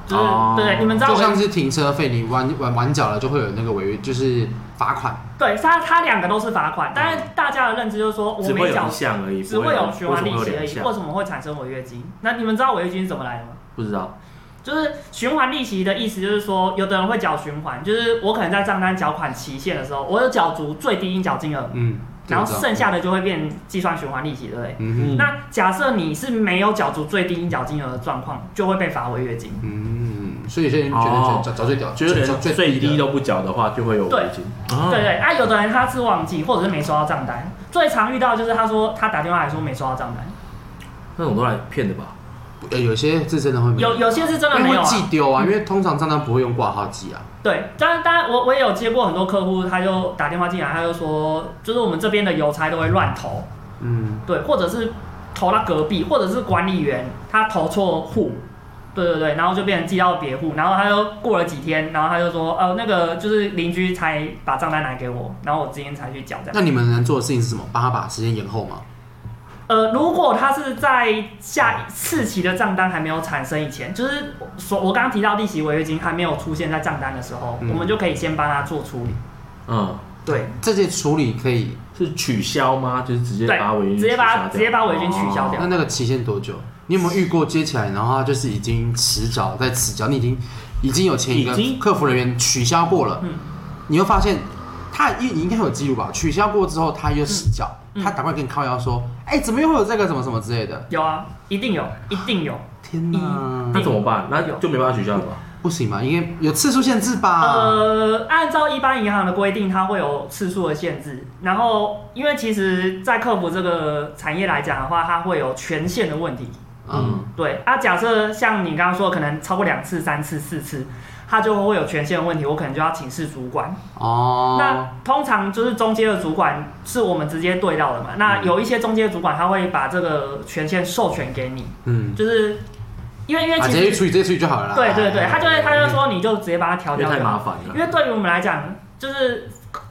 [SPEAKER 3] 就是、
[SPEAKER 2] 哦
[SPEAKER 3] 对，你们知道
[SPEAKER 1] 就
[SPEAKER 3] 违
[SPEAKER 1] 像是停车费，你晚晚晚缴了就会有那个违约，就是罚款。
[SPEAKER 3] 对，它它两个都是罚款，但是大家的认知就是说我
[SPEAKER 2] 只会
[SPEAKER 3] 没
[SPEAKER 2] 有
[SPEAKER 3] 缴
[SPEAKER 2] 一，项而已，
[SPEAKER 3] 只会有
[SPEAKER 2] 不
[SPEAKER 3] 循环利
[SPEAKER 2] 为什么会有
[SPEAKER 3] 息而
[SPEAKER 2] 两
[SPEAKER 3] 已，
[SPEAKER 2] 项
[SPEAKER 3] 为什么会产生违约金？那你们知道违约金是怎么来的吗？
[SPEAKER 2] 不知道，
[SPEAKER 3] 就是循环利息的意思，就是说，有的人会缴循环，就是我可能在账单缴款期限的时候，我有缴足最低应缴金额，
[SPEAKER 1] 嗯，这
[SPEAKER 3] 然
[SPEAKER 1] 个
[SPEAKER 3] 后
[SPEAKER 1] 知道
[SPEAKER 3] 剩下的就会变计算循环利息，对不对？
[SPEAKER 1] 嗯
[SPEAKER 2] 嗯
[SPEAKER 3] 那假设你是没有缴足最低应缴金额的状况，就会被罚违约金。
[SPEAKER 1] 哼嗯，所以有些人觉得找找最屌，
[SPEAKER 2] 觉得
[SPEAKER 1] 找
[SPEAKER 2] 连
[SPEAKER 1] 最
[SPEAKER 2] 最低
[SPEAKER 1] 的
[SPEAKER 2] 都不缴的话，就会有违约金，
[SPEAKER 1] 哦
[SPEAKER 2] 啊
[SPEAKER 3] 对对，啊，有的人他是忘记，或者是没收到账单，最常遇到就是他说他打电话来说没收到账单，
[SPEAKER 2] 那种都来骗的吧？
[SPEAKER 1] 呃有些是真的会没
[SPEAKER 3] 有有些是真的
[SPEAKER 1] 因
[SPEAKER 3] 没
[SPEAKER 1] 为
[SPEAKER 3] 有、
[SPEAKER 1] 会
[SPEAKER 3] 啊。
[SPEAKER 1] 寄丢啊，因为通常账单不会用挂号寄啊。
[SPEAKER 3] 对，当然，当然，我我也有接过很多客户，他就打电话进来，他就说，就是我们这边的邮差都会乱投，
[SPEAKER 1] 嗯，
[SPEAKER 3] 对，或者是投到隔壁，或者是管理员他投错户，对对对，然后就变成寄到别户，然后他又过了几天，然后他就说，呃，那个就是邻居才把账单拿给我，然后我今天才去缴这样。
[SPEAKER 1] 那你们能做的事情是什么？帮他把时间延后吗？
[SPEAKER 3] 呃，如果他是在下一次期的账单还没有产生以前，就是所我刚刚提到利息违约金还没有出现在账单的时候，
[SPEAKER 1] 嗯
[SPEAKER 3] 我们就可以先帮他做处理。
[SPEAKER 2] 嗯，
[SPEAKER 3] 对，
[SPEAKER 1] 这些处理可以，
[SPEAKER 2] 是取消吗？就是直接
[SPEAKER 3] 对
[SPEAKER 2] 把违约金
[SPEAKER 3] 直接把
[SPEAKER 2] 取消掉
[SPEAKER 3] 直接把违约金取消
[SPEAKER 2] 哦
[SPEAKER 3] 掉
[SPEAKER 1] 那那个期限多久？你有没有遇过接起来，然后他就是已经迟缴在迟缴，你已经已经有前一个
[SPEAKER 2] 已经
[SPEAKER 1] 客服人员取消过了，
[SPEAKER 3] 嗯
[SPEAKER 1] 你又发现他因为你应该有记录吧？取消过之后他又迟缴，
[SPEAKER 3] 嗯嗯
[SPEAKER 1] 他打快给你靠腰说，哎、怎么又会有这个什么什么之类的？
[SPEAKER 3] 有啊，一定有，一定有。
[SPEAKER 1] 天哪
[SPEAKER 3] 嗯
[SPEAKER 2] 那，怎么办？那
[SPEAKER 3] 有
[SPEAKER 2] 就没办法取消了吧？
[SPEAKER 1] 不行吧？应该有次数限制吧？
[SPEAKER 3] 呃，按照一般银行的规定，它会有次数的限制。然后，因为其实，在客服这个产业来讲的话，它会有权限的问题。
[SPEAKER 1] 嗯，
[SPEAKER 3] 对啊，假设像你刚刚说，可能超过两次、三次、四次，它就会有权限的问题，我可能就要请示主管。
[SPEAKER 1] 哦，
[SPEAKER 3] 那通常就是中间的主管是我们直接对到的
[SPEAKER 1] 嗯
[SPEAKER 3] 嘛。那有一些中间的主管，他会把这个权限授权给你，
[SPEAKER 1] 嗯，
[SPEAKER 3] 就是因为因为
[SPEAKER 1] 啊，
[SPEAKER 3] 其
[SPEAKER 1] 直接去
[SPEAKER 3] 实、
[SPEAKER 1] 处理，直接处理就好了啦。嗯
[SPEAKER 3] 对对对，他就会他就会说，你就直接把它调
[SPEAKER 2] 嗯因为
[SPEAKER 3] 掉就
[SPEAKER 2] 太
[SPEAKER 3] 好
[SPEAKER 2] 麻烦了
[SPEAKER 3] 因。为对于我们来讲，就是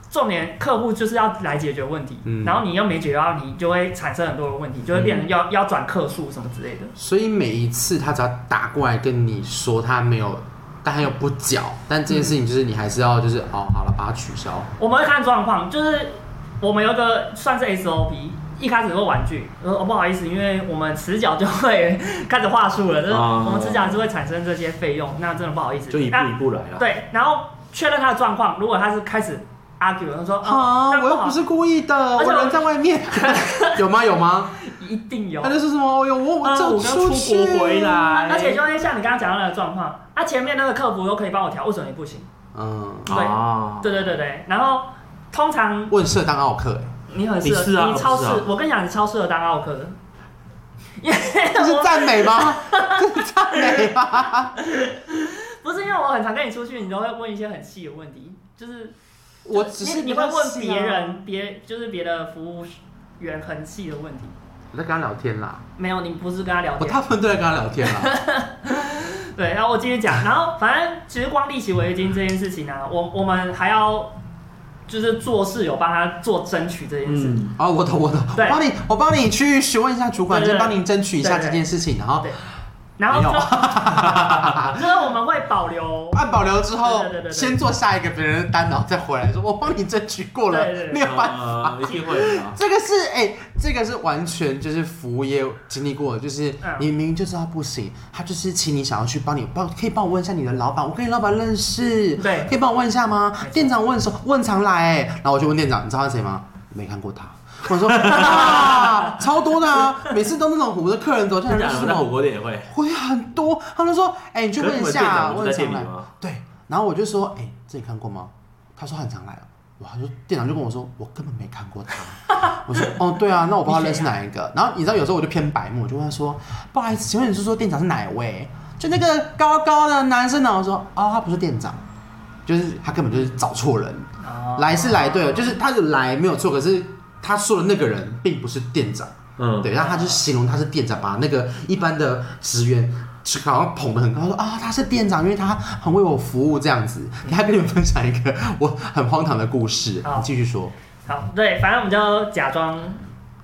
[SPEAKER 3] 重点客户就是要来解决问题，
[SPEAKER 1] 嗯
[SPEAKER 3] 然后你又没解决到，你就会产生很多的问题，
[SPEAKER 2] 嗯
[SPEAKER 3] 就会变成要、要转客数什么之类的。
[SPEAKER 1] 所以每一次他只要打过来跟你说他没有，但他又不缴，但这件事情就是你还是要就是哦好了把它取消，
[SPEAKER 3] 我们会看状况，就是我们有个算是 SOP，一开始会婉拒，呃、哦，不好意思，因为我们迟缴就会 [LAUGHS] 开始话术了，就是
[SPEAKER 2] 哦
[SPEAKER 3] 我们迟缴就会产生这些费用，那真的不好意思。
[SPEAKER 2] 就一步
[SPEAKER 3] 那
[SPEAKER 2] 一步来啦。啊
[SPEAKER 3] 对，然后确认他的状况，如果他是开始 argue，他说
[SPEAKER 1] 啊
[SPEAKER 3] 哦，那
[SPEAKER 1] 我
[SPEAKER 3] 不
[SPEAKER 1] 又
[SPEAKER 3] 好
[SPEAKER 1] 不，是故意的，
[SPEAKER 3] 而且
[SPEAKER 1] 我
[SPEAKER 3] 我
[SPEAKER 1] 人在外
[SPEAKER 3] [LAUGHS]
[SPEAKER 1] 面，有吗有吗？
[SPEAKER 3] 一定有
[SPEAKER 1] 他。就说什么，哎呦我
[SPEAKER 2] 啊
[SPEAKER 1] 就
[SPEAKER 2] 我刚出
[SPEAKER 1] 去
[SPEAKER 2] 国
[SPEAKER 1] 哎
[SPEAKER 2] 回，来，
[SPEAKER 3] 哦而且就会像你刚刚讲到那个状况，啊，前面那个客服都可以帮我调，为什么你不行？
[SPEAKER 1] 嗯，
[SPEAKER 3] 对
[SPEAKER 2] 啊，
[SPEAKER 3] 对对对对，然后通常
[SPEAKER 1] 问社当奥欸
[SPEAKER 3] [LAUGHS]
[SPEAKER 1] 克，
[SPEAKER 3] 你很适合，
[SPEAKER 2] 你是啊
[SPEAKER 3] 超
[SPEAKER 2] 我
[SPEAKER 3] 适，
[SPEAKER 2] 是啊
[SPEAKER 3] 我跟你讲，你超适合当奥克的， [LAUGHS] 因为
[SPEAKER 1] 哎这是赞美吗？
[SPEAKER 3] 哦
[SPEAKER 1] [LAUGHS] 这是赞美
[SPEAKER 3] [LAUGHS]
[SPEAKER 1] 吗？
[SPEAKER 3] 不是因为我很常跟你出去，你都会问一些很细的问题，就是
[SPEAKER 1] 我只是
[SPEAKER 3] 你你
[SPEAKER 1] 比较
[SPEAKER 3] 会问
[SPEAKER 1] 细啊
[SPEAKER 3] 别，人，别就是别的服务员很细的问题。
[SPEAKER 1] 我在跟他聊天啦，
[SPEAKER 3] 没有，你不是跟他聊
[SPEAKER 1] 我
[SPEAKER 3] 天，
[SPEAKER 1] 大部分都在跟他聊天啦，
[SPEAKER 3] 对，然后我继续讲，然后反正其实光立起围巾这件事情啊，我我们还要就是做事有帮他做争取这件事，
[SPEAKER 2] 嗯，
[SPEAKER 1] [LAUGHS] 哦，我懂我懂，我
[SPEAKER 3] 对
[SPEAKER 1] 帮你我帮你去询问一下主管，
[SPEAKER 3] 对
[SPEAKER 1] 就
[SPEAKER 3] 对对
[SPEAKER 1] 帮您争取一下
[SPEAKER 3] 对对
[SPEAKER 1] 这件事情，然后
[SPEAKER 3] 对然后
[SPEAKER 1] 没有
[SPEAKER 3] 就就是我们会保留
[SPEAKER 1] 按保留之后
[SPEAKER 3] 对对对，对
[SPEAKER 1] 先做下一个别人的单，然后再回来说，我帮你争取过了 [LAUGHS]
[SPEAKER 3] 对对，对
[SPEAKER 1] 没有办法。
[SPEAKER 2] 呃一定会的啊。
[SPEAKER 1] 这个是哎、这个是完全就是服务业经历过的，就是
[SPEAKER 3] 嗯
[SPEAKER 1] 你明明就知道不行，他就是请你想要去帮你帮，可以帮我问一下你的老板，我跟你老板认识，
[SPEAKER 3] 对
[SPEAKER 1] 可以帮我问一下吗
[SPEAKER 3] 没？错
[SPEAKER 1] 店长问说问常来、哎然后我就问店长，你知道他是谁吗？没看过他。我说 [LAUGHS] 啊，超多的啊，每次都那种虎的客人走进来
[SPEAKER 2] 真
[SPEAKER 1] 就
[SPEAKER 2] 的，
[SPEAKER 1] 说
[SPEAKER 2] 我
[SPEAKER 1] 什
[SPEAKER 2] 们在火
[SPEAKER 1] 么，
[SPEAKER 2] 锅店也会。
[SPEAKER 1] 会很多，他们说，哎、你去
[SPEAKER 2] 可是
[SPEAKER 1] 问一
[SPEAKER 2] 你们店
[SPEAKER 1] 下，
[SPEAKER 2] 长不
[SPEAKER 1] 问
[SPEAKER 2] 是在
[SPEAKER 1] 常
[SPEAKER 2] 店里
[SPEAKER 1] 来。
[SPEAKER 2] 吗？
[SPEAKER 1] 对，然后我就说，哎、这你看过吗？他说他很常来哦。哇，他就店长就跟我说，我根本没看过他。 [LAUGHS] 我说，哦，对啊，那我不知道认识哪一个。然后你知道有时候我就偏白目，我就问他说，不好意思，请问你是说店长是哪一位？就那个高高的男生呢？我说，哦，他不是店长，就是他根本就是找错人。
[SPEAKER 3] 哦
[SPEAKER 1] 来是来对了，就是他的来没有错，可是他说的那个人并不是店长。
[SPEAKER 2] 嗯，
[SPEAKER 1] 对，然后他就形容他是店长，把那个一般的职员是好像捧得很高，说啊他是店长，因为他很为我服务这样子。等一下跟你们分享一个 [LAUGHS] 我很荒唐的故事，
[SPEAKER 3] 嗯好
[SPEAKER 1] 你继续说。
[SPEAKER 3] 好，对，反正我们就假装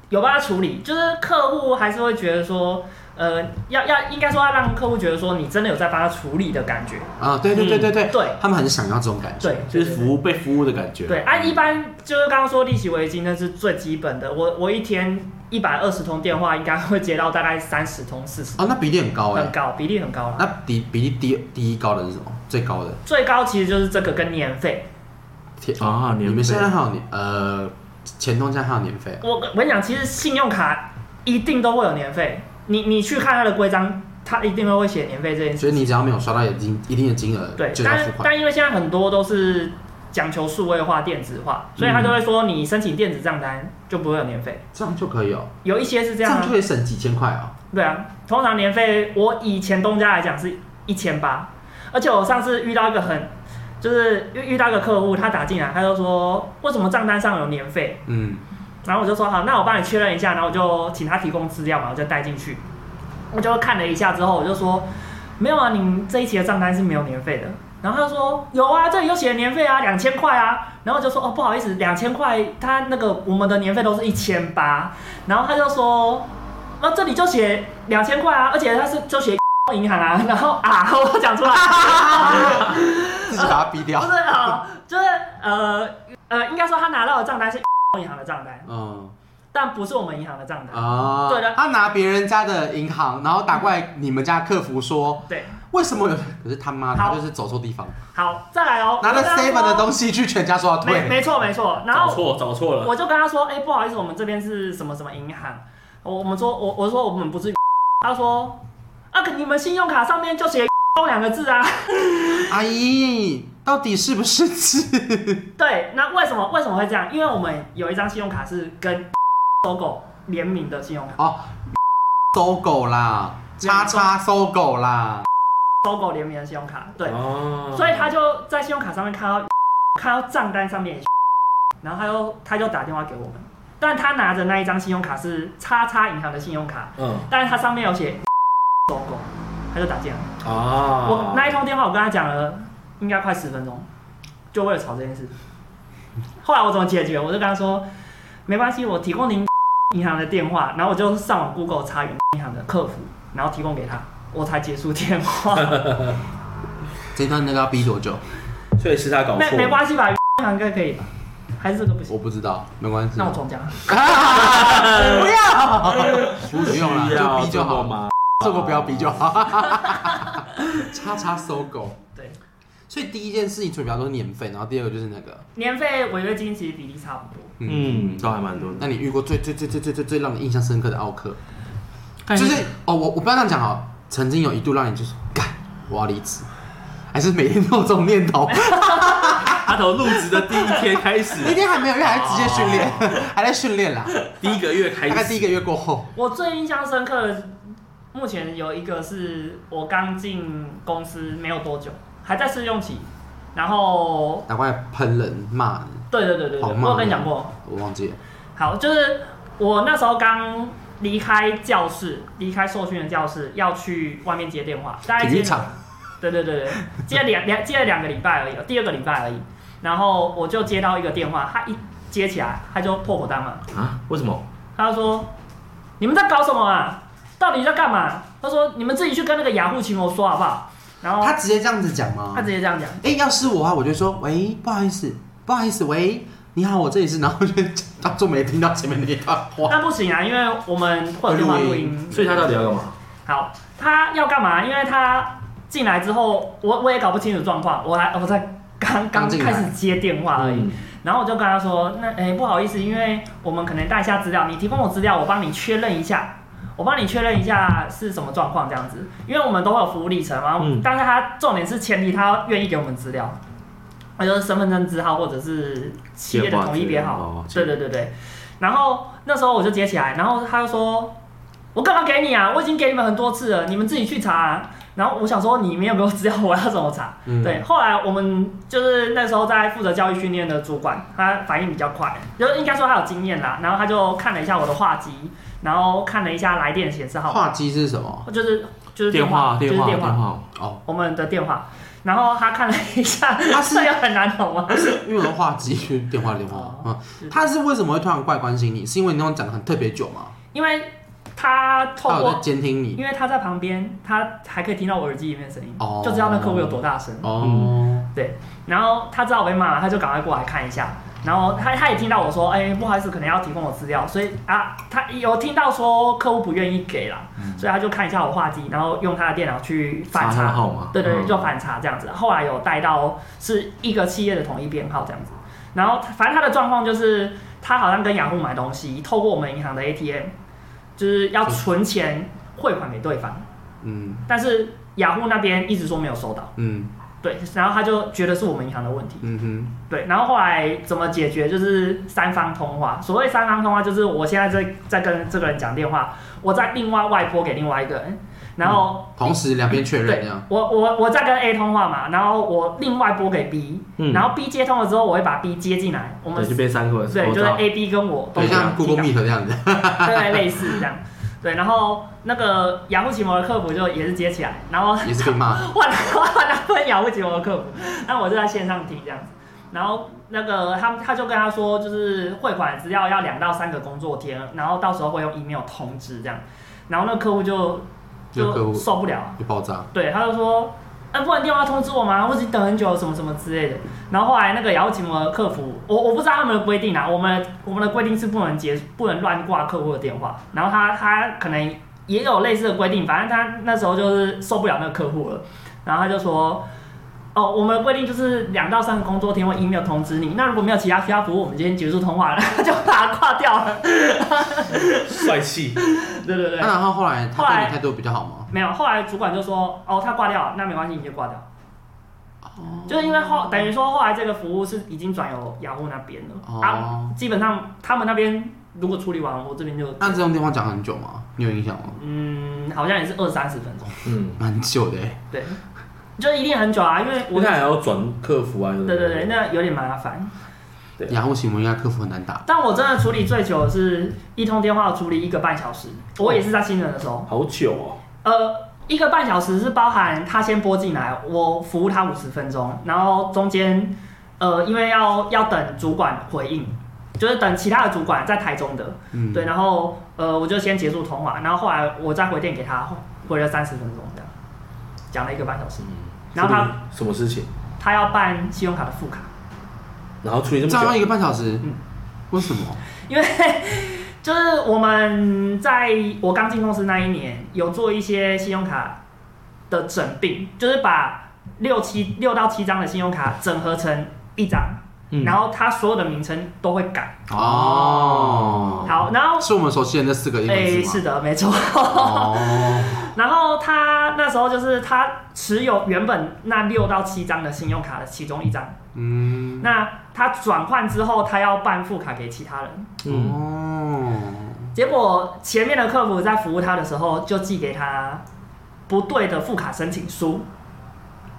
[SPEAKER 3] 有帮他处理，就是客户还是会觉得说，呃，要要应该说要让客户觉得说你真的有在帮他处理的感觉，
[SPEAKER 1] 啊，对对对对对，
[SPEAKER 3] 对
[SPEAKER 1] 他们很想要这种感觉。
[SPEAKER 3] 对，
[SPEAKER 2] 就是服
[SPEAKER 3] 务。
[SPEAKER 2] 务被服务的感觉。
[SPEAKER 3] 对，啊，一般就是刚刚说利息围巾，那是最基本的。我我一天一百二十通电话，应该会接到大概三十通、四十，
[SPEAKER 1] 哦，那比例很高
[SPEAKER 3] 很
[SPEAKER 1] 哎，
[SPEAKER 3] 高，比例很高了。
[SPEAKER 1] 那比比例第第一高的是什么？最高的？
[SPEAKER 3] 最高其实就是这个跟年费。
[SPEAKER 1] 天
[SPEAKER 2] 啊
[SPEAKER 1] 你
[SPEAKER 2] 年
[SPEAKER 1] 们
[SPEAKER 2] 费
[SPEAKER 1] 现在还有年呃，前东家还有年费啊
[SPEAKER 3] 我我跟你讲，其实信用卡一定都会有年费，你你去看它的规章，它一定会会写年费这件事
[SPEAKER 1] 哦，所以你只要没有刷到一定一定的金额，
[SPEAKER 3] 对，
[SPEAKER 1] 就要
[SPEAKER 3] 但
[SPEAKER 1] 付款。
[SPEAKER 3] 但因为现在很多都是讲求数位化、电子化，所以他就
[SPEAKER 1] 嗯
[SPEAKER 3] 会说你申请电子账单就不会有年费，
[SPEAKER 1] 这样就可以哦，
[SPEAKER 3] 有一些是
[SPEAKER 1] 这
[SPEAKER 3] 这样
[SPEAKER 1] 样就
[SPEAKER 3] 啊。
[SPEAKER 1] 可以省几千块哦。
[SPEAKER 3] 对啊，通常年费我以前东家来讲是一千八，而且我上次遇到一个很，就是遇遇到一个客户，他打进来，他就说为什么账单上有年费？
[SPEAKER 1] 嗯，
[SPEAKER 3] 然后我就说好，那我帮你确认一下，然后我就请他提供资料嘛，我就带进去，我就看了一下之后，我就说没有啊，你们这一期的账单是没有年费的。然后他就说有啊，这里有写年费啊，两千块啊。然后我就说哦，不好意思，两千块，他那个我们的年费都是一千八。然后他就说，那、这里就写两千块啊，而且他是就写银行啊。然后啊，我讲出来，
[SPEAKER 1] 自己把它逼掉
[SPEAKER 3] [LAUGHS] 不。是啊、就是呃呃，应该说他拿到的账单是银行的账单，
[SPEAKER 1] 嗯
[SPEAKER 3] 但不是我们银行的账单。
[SPEAKER 1] 啊，
[SPEAKER 3] 对的
[SPEAKER 1] 他拿别人家的银行，然后打过来你们家客服说，
[SPEAKER 3] 对，
[SPEAKER 1] 为什么有？可是他妈
[SPEAKER 3] 好
[SPEAKER 1] 他就是走错地方，
[SPEAKER 3] 好，再来哦。
[SPEAKER 1] 拿了 seven 的
[SPEAKER 3] 西。
[SPEAKER 1] 东西去全家说要
[SPEAKER 3] 没
[SPEAKER 1] 退，
[SPEAKER 3] 没错没错，然
[SPEAKER 2] 找
[SPEAKER 3] 后
[SPEAKER 2] 错找错了，
[SPEAKER 3] 我就跟他说，哎、不好意思，我们这边是什么什么银行，我我们说我我说我们不是，他说啊，可你们信用卡上面就写两个字啊， [LAUGHS]
[SPEAKER 1] 阿姨到底是不是字？
[SPEAKER 3] 对，那为什么为什么会这样？因为我们有一张信用卡是跟 [LAUGHS] logo 联名的信用卡
[SPEAKER 1] [LAUGHS] 哦， [LAUGHS] 搜狗啦，叉叉搜狗啦，
[SPEAKER 3] ，logo 联名的信用卡，对，
[SPEAKER 2] 哦，
[SPEAKER 3] 所以他就在信用卡上面看到 [LAUGHS] 看到账单上面， [LAUGHS] 然后他就他就打电话给我们，但他拿着那一张信用卡是叉叉银行的信用卡，
[SPEAKER 2] 嗯
[SPEAKER 3] 但是它上面有写 [LAUGHS] logo，他就打进来。
[SPEAKER 2] 啊，
[SPEAKER 3] 我那一通电话我跟他讲了应该快十分钟，就为了吵这件事。后来我怎么解决？我就跟他说，没关系，我提供您 [LAUGHS] 银行的电话，然后我就上网 Google 查原银行的客服，然后提供给他，我才结束电话。
[SPEAKER 1] 这段那个要逼多久？
[SPEAKER 2] 所以是他搞
[SPEAKER 3] 没
[SPEAKER 1] 哦
[SPEAKER 3] 没
[SPEAKER 2] 错。
[SPEAKER 3] 关系吧，银行应该可以吧？还是这个不行？
[SPEAKER 1] 我不知道，没关系。[LAUGHS]
[SPEAKER 3] 那我重讲。啊 [LAUGHS]
[SPEAKER 1] 不要，不
[SPEAKER 2] 需
[SPEAKER 1] 用
[SPEAKER 2] 要
[SPEAKER 1] 了，就逼就
[SPEAKER 2] 这么
[SPEAKER 1] 好，
[SPEAKER 2] 吗？
[SPEAKER 1] 这个不要逼就好。 [LAUGHS] 叉叉搜狗，
[SPEAKER 3] 对，
[SPEAKER 1] 所以第一件事情就比较多年费，然后第二个就是那个，
[SPEAKER 3] 年费违约金其实比例差不多。
[SPEAKER 2] 嗯，都还蛮多的。
[SPEAKER 1] 那你遇过最最最最最最最让你印象深刻的奥克，
[SPEAKER 2] 但
[SPEAKER 3] 嗯
[SPEAKER 1] 就是哦，我我不要这样讲哦，曾经有一度让你就是干，我要离职，还是每天都有这种念头，
[SPEAKER 2] 他从入职的第一天开始，
[SPEAKER 1] 那天还没有，因为还在直接训练，还在训练啦，
[SPEAKER 2] [LAUGHS] 第一个月
[SPEAKER 1] 大
[SPEAKER 2] 开
[SPEAKER 1] 概第
[SPEAKER 2] 始
[SPEAKER 1] 一个月过后，
[SPEAKER 3] 我最印象深刻的，目前有一个是我刚进公司没有多久，还在试用期，然后
[SPEAKER 1] 难怪喷人骂你，
[SPEAKER 3] 对对对对对，
[SPEAKER 1] 好啊
[SPEAKER 3] 我
[SPEAKER 1] 骂
[SPEAKER 3] 有跟
[SPEAKER 1] 人
[SPEAKER 3] 你讲过，
[SPEAKER 1] 我忘记了，
[SPEAKER 3] 好，就是我那时候刚离开教室，离开受训的教室，要去外面接电话，大概
[SPEAKER 1] 体育
[SPEAKER 3] 接
[SPEAKER 1] 场。
[SPEAKER 3] 对对对对，接了两两接了两个礼拜而已，第二个礼拜而已，然后我就接到一个电话，他一接起来他就破口大骂，
[SPEAKER 2] 啊？为什么？
[SPEAKER 3] 他就说：“你们在搞什么啊？到底在干嘛？”他说：“你们自己去跟那个雅虎请我说好不好？”然后
[SPEAKER 1] 他直接这样子讲吗？
[SPEAKER 3] 他直接这样讲，
[SPEAKER 1] 哎、要是我的话，我就说喂，不好意思，不好意思，喂，你好，我这里是，然后就当做没听到前面那一段话。
[SPEAKER 3] 那不行啊，因为我们会有电话
[SPEAKER 1] 哦
[SPEAKER 3] 录
[SPEAKER 1] 会录
[SPEAKER 3] 音，
[SPEAKER 2] 所以他到底要干嘛？
[SPEAKER 3] 好，他要干嘛？因为他进来之后，我我也搞不清楚状况，我来我才刚刚
[SPEAKER 1] 刚进来嗯
[SPEAKER 3] 开始接电话而已，
[SPEAKER 2] 嗯
[SPEAKER 3] 然后我就跟他说，那哎、不好意思，因为我们可能带一下资料，你提供我资料，我帮你确认一下。我帮你确认一下是什么状况，这样子，因为我们都会有服务历程嘛。
[SPEAKER 2] 嗯
[SPEAKER 3] 但是他重点是前提他愿意给我们资料，那就是身份证字号或者是企业的统一编
[SPEAKER 2] 电
[SPEAKER 3] 号
[SPEAKER 2] 话。之类
[SPEAKER 3] 对
[SPEAKER 2] 的哦
[SPEAKER 3] 对对对。然后那时候我就接起来，然后他就说我干嘛给你啊？我已经给你们很多次了，你们自己去查、啊。然后我想说，你没有给我资料，我要怎么查？
[SPEAKER 1] 嗯
[SPEAKER 3] 对，后来我们就是那时候在负责教育训练的主管，他反应比较快，就应该说他有经验啦。然后他就看了一下我的话机，然后看了一下来电显示号码，
[SPEAKER 1] 话机是什么？
[SPEAKER 3] 就是就是
[SPEAKER 2] 电话，
[SPEAKER 3] 就是
[SPEAKER 2] 电话，
[SPEAKER 3] 电
[SPEAKER 2] 电
[SPEAKER 3] 话，
[SPEAKER 2] 话。
[SPEAKER 1] 哦，
[SPEAKER 3] 我们的电话。然后他看了一下， [LAUGHS]
[SPEAKER 1] 他是
[SPEAKER 3] 这个很难懂吗？
[SPEAKER 1] 因为我的话机是电话电话
[SPEAKER 3] 哦。
[SPEAKER 1] 嗯，他是为什么会突然怪关心你？是因为你那种讲的很特别久吗？
[SPEAKER 3] 因为他透
[SPEAKER 1] 他有在
[SPEAKER 3] 过，
[SPEAKER 1] 监听你。
[SPEAKER 3] 因为他在旁边，他还可以听到我耳机里面的声音，
[SPEAKER 1] 哦
[SPEAKER 3] 就知道那客户有多大声。
[SPEAKER 1] 哦，
[SPEAKER 3] 对，然后他知道我被骂了，他就赶快过来看一下。然后他他也听到我说，哎、不好意思，可能要提供我资料，所以啊，他有听到说客户不愿意给啦，所以他就看一下我话机，然后用他的电脑去
[SPEAKER 2] 嗯
[SPEAKER 3] 反
[SPEAKER 2] 查他的
[SPEAKER 3] 查
[SPEAKER 2] 号码
[SPEAKER 3] 对对，
[SPEAKER 2] 嗯
[SPEAKER 3] 对就反查这样子。后来有带到是一个企业的统一编号这样子。然后反正他的状况就是，他好像跟雅虎买东西，透过我们银行的 ATM，就是要存钱汇款给对方，
[SPEAKER 1] 嗯
[SPEAKER 3] 但是雅虎那边一直说没有收到，
[SPEAKER 1] 嗯
[SPEAKER 3] 对，然后他就觉得是我们银行的问题。
[SPEAKER 1] 嗯哼，
[SPEAKER 3] 对，然后后来怎么解决？就是三方通话。所谓三方通话，就是我现在在在跟这个人讲电话，我再另外外拨给另外一个人，然后、
[SPEAKER 1] 同时两边确认嗯这
[SPEAKER 3] 对
[SPEAKER 1] 样。，
[SPEAKER 3] 我我我在跟 A 通话嘛，然后我另外拨给 B，、
[SPEAKER 2] 嗯
[SPEAKER 3] 然后 B 接通了之后，我会把 B 接进来，我们
[SPEAKER 2] 对，就变三个。
[SPEAKER 3] 对，
[SPEAKER 2] 我
[SPEAKER 3] 就
[SPEAKER 2] 知
[SPEAKER 3] 是
[SPEAKER 2] 道
[SPEAKER 1] [LAUGHS]
[SPEAKER 3] A、B 跟我都
[SPEAKER 1] 对，
[SPEAKER 3] 是
[SPEAKER 1] 像 Google Meet
[SPEAKER 3] 进
[SPEAKER 1] 这样子。
[SPEAKER 3] 来对，类似这样。对，然后那个雅虎奇摩的客服就也是接起来，然后
[SPEAKER 1] 也是被骂。
[SPEAKER 3] 我拿我拿份雅虎奇摩的客服，那我就在线上听这样子。然后那个他他就跟他说，就是汇款资料要两到三个工作天，然后到时候会用 email 通知这样。然后那个客户就
[SPEAKER 1] 那个客
[SPEAKER 3] 就
[SPEAKER 1] 户
[SPEAKER 3] 受不了啊，
[SPEAKER 1] 就爆炸，
[SPEAKER 3] 对，他就说，那、不然电话通知我吗？我已经等很久了，什么什么之类的。然后后来那个雅虎奇摩的客服，我我不知道他们的规定啊，我们我们的规定是不能接不能乱挂客户的电话。然后他他可能也有类似的规定，反正他那时候就是受不了那个客户了，然后他就说。哦，我们的规定就是两到三个工作天会 email 通知你。那如果没有其他其他服务，我们今天结束通话了，他就把它挂掉了。 [LAUGHS]
[SPEAKER 2] 帅气。
[SPEAKER 3] 对对对
[SPEAKER 1] 那，然后后来他
[SPEAKER 3] 后
[SPEAKER 1] 对
[SPEAKER 3] 来
[SPEAKER 1] 你态度比较好吗？
[SPEAKER 3] 没有，后来主管就说，哦，他挂掉了，那没关系，你就挂掉。就是因为后等于说后来这个服务是已经转由雅虎那边了、
[SPEAKER 1] 哦
[SPEAKER 3] 啊，基本上他们那边如果处理完，我这边就
[SPEAKER 1] 那这种电话讲很久吗？你有印象吗？
[SPEAKER 3] 嗯，好像也是二三十分钟，
[SPEAKER 2] 嗯，
[SPEAKER 1] 蛮久的欸，
[SPEAKER 3] 对，就一定很久啊，因为
[SPEAKER 2] 因为
[SPEAKER 3] 我
[SPEAKER 2] 他还要转客服啊。
[SPEAKER 3] 对对对，。那有点麻烦。
[SPEAKER 2] 对
[SPEAKER 1] 雅虎奇摩应该客服很难打。
[SPEAKER 3] 但我真的处理最久的是一通电话处理一个半小时，我也是在新人的时候，
[SPEAKER 2] 好久哦。
[SPEAKER 3] 呃。一个半小时是包含他先拨进来，我服务他五十分钟，然后中间呃，因为要要等主管回应，就是等其他的主管在台中的，
[SPEAKER 1] 嗯，
[SPEAKER 3] 对，然后呃，我就先结束通话，然后后来我再回电给他，回了三十分钟这样，讲了一个半小时，然后他
[SPEAKER 2] 什么事情？
[SPEAKER 3] 他要办信用卡的副卡，
[SPEAKER 2] 然后处理这
[SPEAKER 1] 这样
[SPEAKER 2] 么
[SPEAKER 1] 要一
[SPEAKER 2] 久，
[SPEAKER 1] 个半小时，
[SPEAKER 3] 嗯
[SPEAKER 1] 为什么？
[SPEAKER 3] 因为就是我们在我刚进公司那一年，有做一些信用卡的整并，就是把六七六到七张的信用卡整合成一张，
[SPEAKER 2] 嗯
[SPEAKER 3] 然后它所有的名称都会改。
[SPEAKER 1] 哦，
[SPEAKER 3] 好，然后
[SPEAKER 1] 是我们熟悉的那四个英
[SPEAKER 3] 诶、
[SPEAKER 1] 文字
[SPEAKER 3] 哎是
[SPEAKER 1] 吗？
[SPEAKER 3] 的，没错。 [LAUGHS]
[SPEAKER 1] 哦，
[SPEAKER 3] 然后他那时候就是他持有原本那六到七张的信用卡的其中一张，
[SPEAKER 1] 嗯，
[SPEAKER 3] 那他转换之后，他要办副卡给其他人。
[SPEAKER 2] 嗯，
[SPEAKER 1] 哦，
[SPEAKER 3] 结果前面的客服在服务他的时候，就寄给他不对的副卡申请书，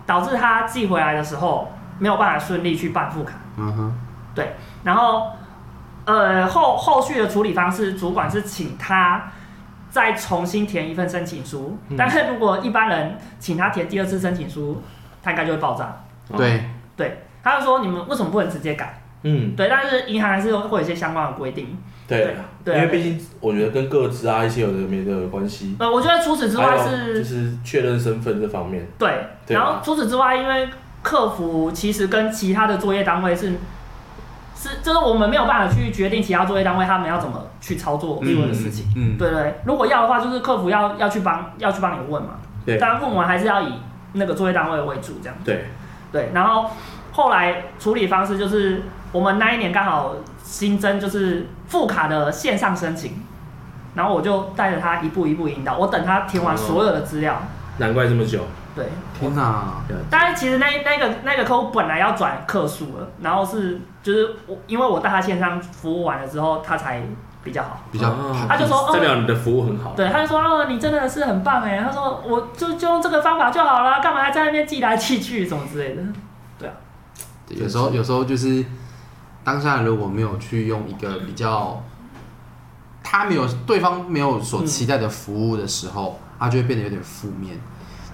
[SPEAKER 3] 导致他寄回来的时候没有办法顺利去办副卡。
[SPEAKER 1] 嗯哼，
[SPEAKER 3] 对，然后呃后后续的处理方式，主管是请他再重新填一份申请书，
[SPEAKER 2] 嗯
[SPEAKER 3] 但是如果一般人请他填第二次申请书，他应该就会爆炸。
[SPEAKER 2] 哦，
[SPEAKER 1] 对，
[SPEAKER 3] 对，他就说你们为什么不能直接改？
[SPEAKER 2] 嗯，
[SPEAKER 3] 对，但是银行还是会有一些相关的规定。
[SPEAKER 2] 对，啊
[SPEAKER 3] 对
[SPEAKER 2] 因为毕竟我觉得跟各自啊一些有的没的有关系，
[SPEAKER 3] 呃，我觉得除此之
[SPEAKER 2] 还
[SPEAKER 3] 外
[SPEAKER 2] 有
[SPEAKER 3] 是
[SPEAKER 2] 就是确认身份这方面，
[SPEAKER 3] 对，
[SPEAKER 2] 对啊
[SPEAKER 3] 然
[SPEAKER 2] 吧
[SPEAKER 3] 后除此之外，因为客服其实跟其他的作业单位是是，就是我们没有办法去决定其他作业单位他们要怎么去操作所有的事情。
[SPEAKER 1] 嗯，
[SPEAKER 3] 对对，如果要的话，就是客服要要去帮要去帮你问嘛。
[SPEAKER 2] 对
[SPEAKER 3] 当然问完还是要以那个作业单位为主这样。
[SPEAKER 2] 对，
[SPEAKER 3] 对，然后后来处理方式就是我们那一年刚好新增就是副卡的线上申请，然后我就带着他一步一步引导，我等他填
[SPEAKER 2] 哦
[SPEAKER 3] 完所有的资料。
[SPEAKER 2] 难怪这么久，
[SPEAKER 3] 对，
[SPEAKER 1] 天哪，
[SPEAKER 3] 但是其实那那个那个客户本来要转客数了，然后是就是我因为我带他线上服务完了之后，他才比较好。
[SPEAKER 1] 比较
[SPEAKER 2] 哦，
[SPEAKER 3] 他就说哦
[SPEAKER 2] 代表你的服务很好，
[SPEAKER 3] 对，他就说哦，你真的是很棒哎。他说我就就用这个方法就好了，干嘛还在那边寄来寄去什么之类的？
[SPEAKER 1] 有时候有时候就是当下如果没有去用一个比较他没有对方没有所期待的服务的时候，他就会变得有点负面，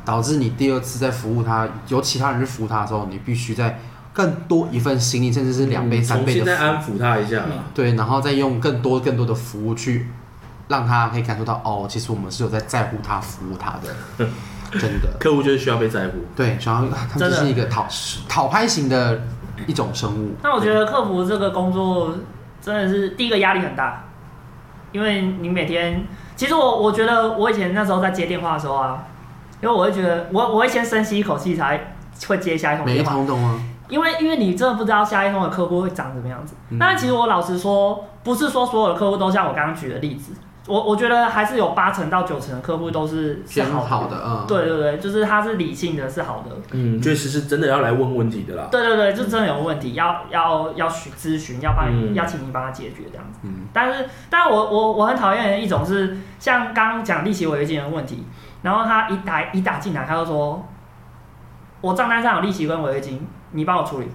[SPEAKER 1] 导致你第二次在服务他由其他人去服务他的时候，你必须再更多一份心力，甚至是两倍、
[SPEAKER 2] 嗯
[SPEAKER 1] 三倍
[SPEAKER 2] 重新
[SPEAKER 1] 的
[SPEAKER 2] 再
[SPEAKER 1] 服务
[SPEAKER 2] 安抚他一下
[SPEAKER 3] 嗯
[SPEAKER 2] 啦，
[SPEAKER 1] 对，然后再用更多更多的服务去让他可以感受到哦，其实我们是有在在乎他、服务他的，真的。
[SPEAKER 2] 客户就是需要被在乎，
[SPEAKER 1] 对，然后他们
[SPEAKER 3] 真
[SPEAKER 1] 就
[SPEAKER 3] 的
[SPEAKER 1] 是一个讨讨拍型的一种生物。
[SPEAKER 3] 那我觉得客服这个工作真的是第一个压力很大，因为你每天，其实我我觉得我以前那时候在接电话的时候啊，因为我会觉得我我会先深吸一口气才会接下一通
[SPEAKER 1] 每一
[SPEAKER 3] 电话，
[SPEAKER 1] 通都吗？
[SPEAKER 3] 因为因为你真的不知道下一通的客户会长什么样子。
[SPEAKER 1] 嗯
[SPEAKER 3] 但其实我老实说，不是说所有的客户都像我刚刚举的例子，我我觉得还是有八成到九成的客户都是是
[SPEAKER 1] 偏好
[SPEAKER 3] 好
[SPEAKER 1] 的，嗯，，
[SPEAKER 3] 对对对，就是他是理性的，是好的。
[SPEAKER 2] 嗯，确实是真的要来问问题的啦，
[SPEAKER 3] 对对对，就真的有问题，要要要询咨询，要帮你、
[SPEAKER 2] 嗯
[SPEAKER 3] 要请你帮他解决这样子。
[SPEAKER 1] 嗯
[SPEAKER 3] 但是，但我我我很讨厌的一种是，像刚刚讲利息违约金的问题，然后他一打一打进来，他就说，我账单上有利息跟违约金，你帮我处理。